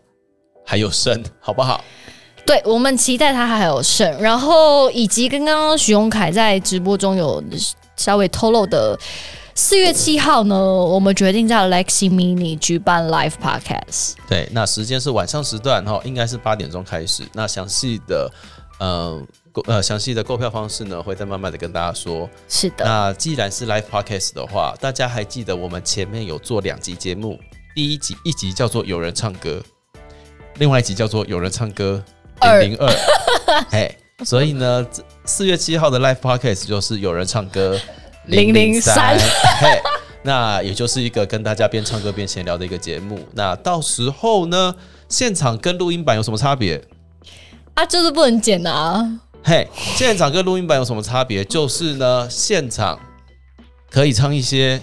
S2: 还有剩，好不好？
S1: 对我们期待它还有剩，然后以及刚刚许永凯在直播中有稍微透露的，四月七号呢，我们决定在 Lexi Mini 举办 Live Podcast。
S2: 对，那时间是晚上时段哈，应该是八点钟开始。那详细的，呃，购呃详细的购票方式呢，会再慢慢的跟大家说。
S1: 是的，
S2: 那既然是 live podcast 的话，大家还记得我们前面有做两集节目，第一集一集叫做有人唱歌，另外一集叫做有人唱歌
S1: 二
S2: 零零
S1: [LAUGHS]
S2: 二，嘿，所以呢，四月七号的 live podcast 就是有人唱歌
S1: 003
S2: 嘿。那也就是一个跟大家边唱歌边闲聊的一个节目。那到时候呢，现场跟录音版有什么差别？
S1: 啊，就是不能剪啊，
S2: 嘿，现场跟录音版有什么差别？就是呢，现场可以唱一些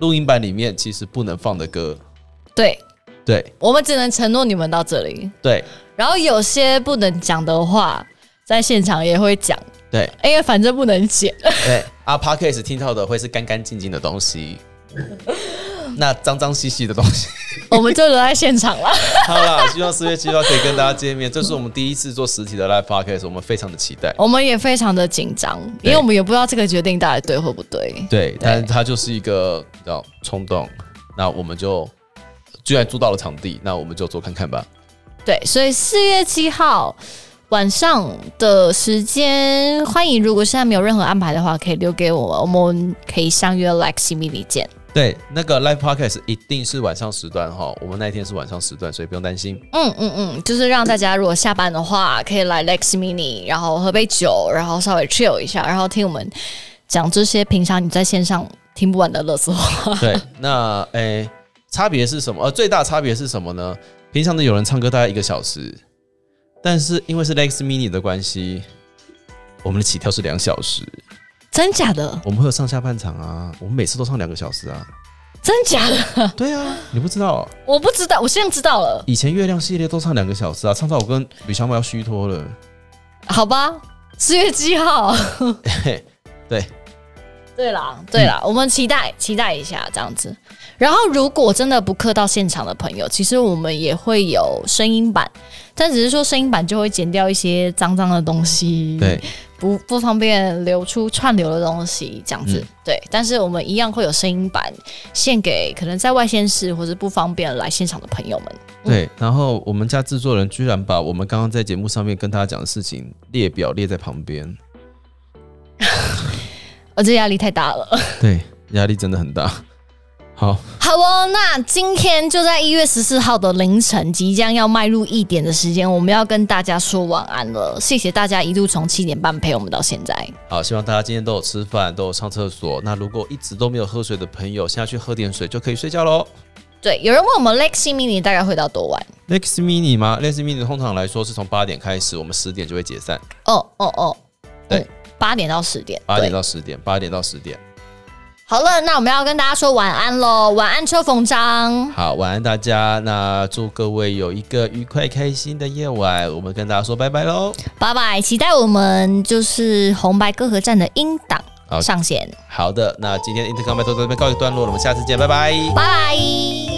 S2: 录音版里面其实不能放的歌。
S1: 对
S2: 对
S1: 我们只能承诺你们到这里，
S2: 对
S1: 然后有些不能讲的话，在现场也会讲，
S2: 对
S1: 因为
S4: [LAUGHS]
S1: 反正不能剪。
S2: [LAUGHS] 对，啊 p a d k a s 听到的会是干干净净的东西。那脏脏兮兮的东西。
S4: 我们就留在现场了。
S2: [LAUGHS] 好啦，希望四月七号可以跟大家见面，这是我们第一次做实体的 live podcast，我们非常的期
S4: [LAUGHS]
S2: 待。
S4: 我们也非常的紧张，因为我们也不知道这个决定到底对或不对。
S2: 对，但是它就是一个你知道冲动，那我们就居然租到了场地，那我们就做看看吧。
S4: 对，
S1: 所以四月七号晚上的时间，欢迎如果现在没有任何安排的话，可以留给我们，我们可以相约 Lexi Mini 见。
S2: 对，那个 live podcast 一定是晚上时段哈，我们那一天是晚上时段，所以不用担心。
S1: 嗯嗯嗯，就是让大家如果下班的话，可以来 Lex Mini，然后喝杯酒，然后稍微 chill 一下，然后听我们讲这些平常你在线上听不完的乐色话。 [LAUGHS]
S2: 对，那诶、差别是什么？呃，最大差别是什么呢？平常的有人唱歌大概一个小时，但是因为是 Lex Mini 的关系，我们的起跳是两小时，
S1: 真假的？
S2: 我们会有上下半场啊，我们每次都唱两个小时啊。
S1: 真假的？
S2: 对啊，你不知道哦，
S1: 我不知道，我现在知道了。
S2: 以前月亮系列都唱两个小时啊，唱到我跟吕小宝要虚脱了。
S1: 好吧，四月七号。
S2: 对，
S1: 对啦，对
S2: 嗯
S1: 啦，我们期待期待一下这样子。然后，如果真的不客到现场的朋友，其实我们也会有声音版，但只是说声音版就会剪掉一些脏脏的东西，
S2: 对，
S1: 不不方便流出串流的东西这样子。
S2: 嗯
S1: 对，但是我们一样会有声音版，献给可能在外县市或是不方便来现场的朋友们。
S2: 对，然后我们家制作人居然把我们刚刚在节目上面跟大家讲的事情列表列在旁边，
S1: 而这压力太大了。
S2: 对，压力真的很大。 [LAUGHS] 好，
S1: 好哦，那今天就在一月十四号的凌晨，即将要迈入一点的时间，我们要跟大家说晚安了。谢谢大家一路从七点半陪我们到现在。
S2: 好，希望大家今天都有吃饭，都有上厕所。那如果一直都没有喝水的朋友，下去喝点水就可以睡觉喽。
S1: 对，有人问我们 Lexi Mini 大概会到多晚？
S2: Next mini 吗？Next mini 通常来说是从八点开始，我们十点就会解散，
S1: 哦哦哦，
S2: 对
S1: 嗯，八点到十点，
S2: 八点
S1: 对。
S2: 到十点，八点到十点。
S1: 好了，那我们要跟大家说晚安喽，晚安邱逢章，
S2: 好，晚安大家。那祝各位有一个愉快开心的夜晚。我们跟大家说拜拜喽。
S1: 拜拜，期待我们就是红白歌合战的音档
S2: 好
S1: 上线，
S2: 好的，那今天的 Intercom 拜托到这边告一段落了，我们下次见，拜拜。
S1: 拜拜。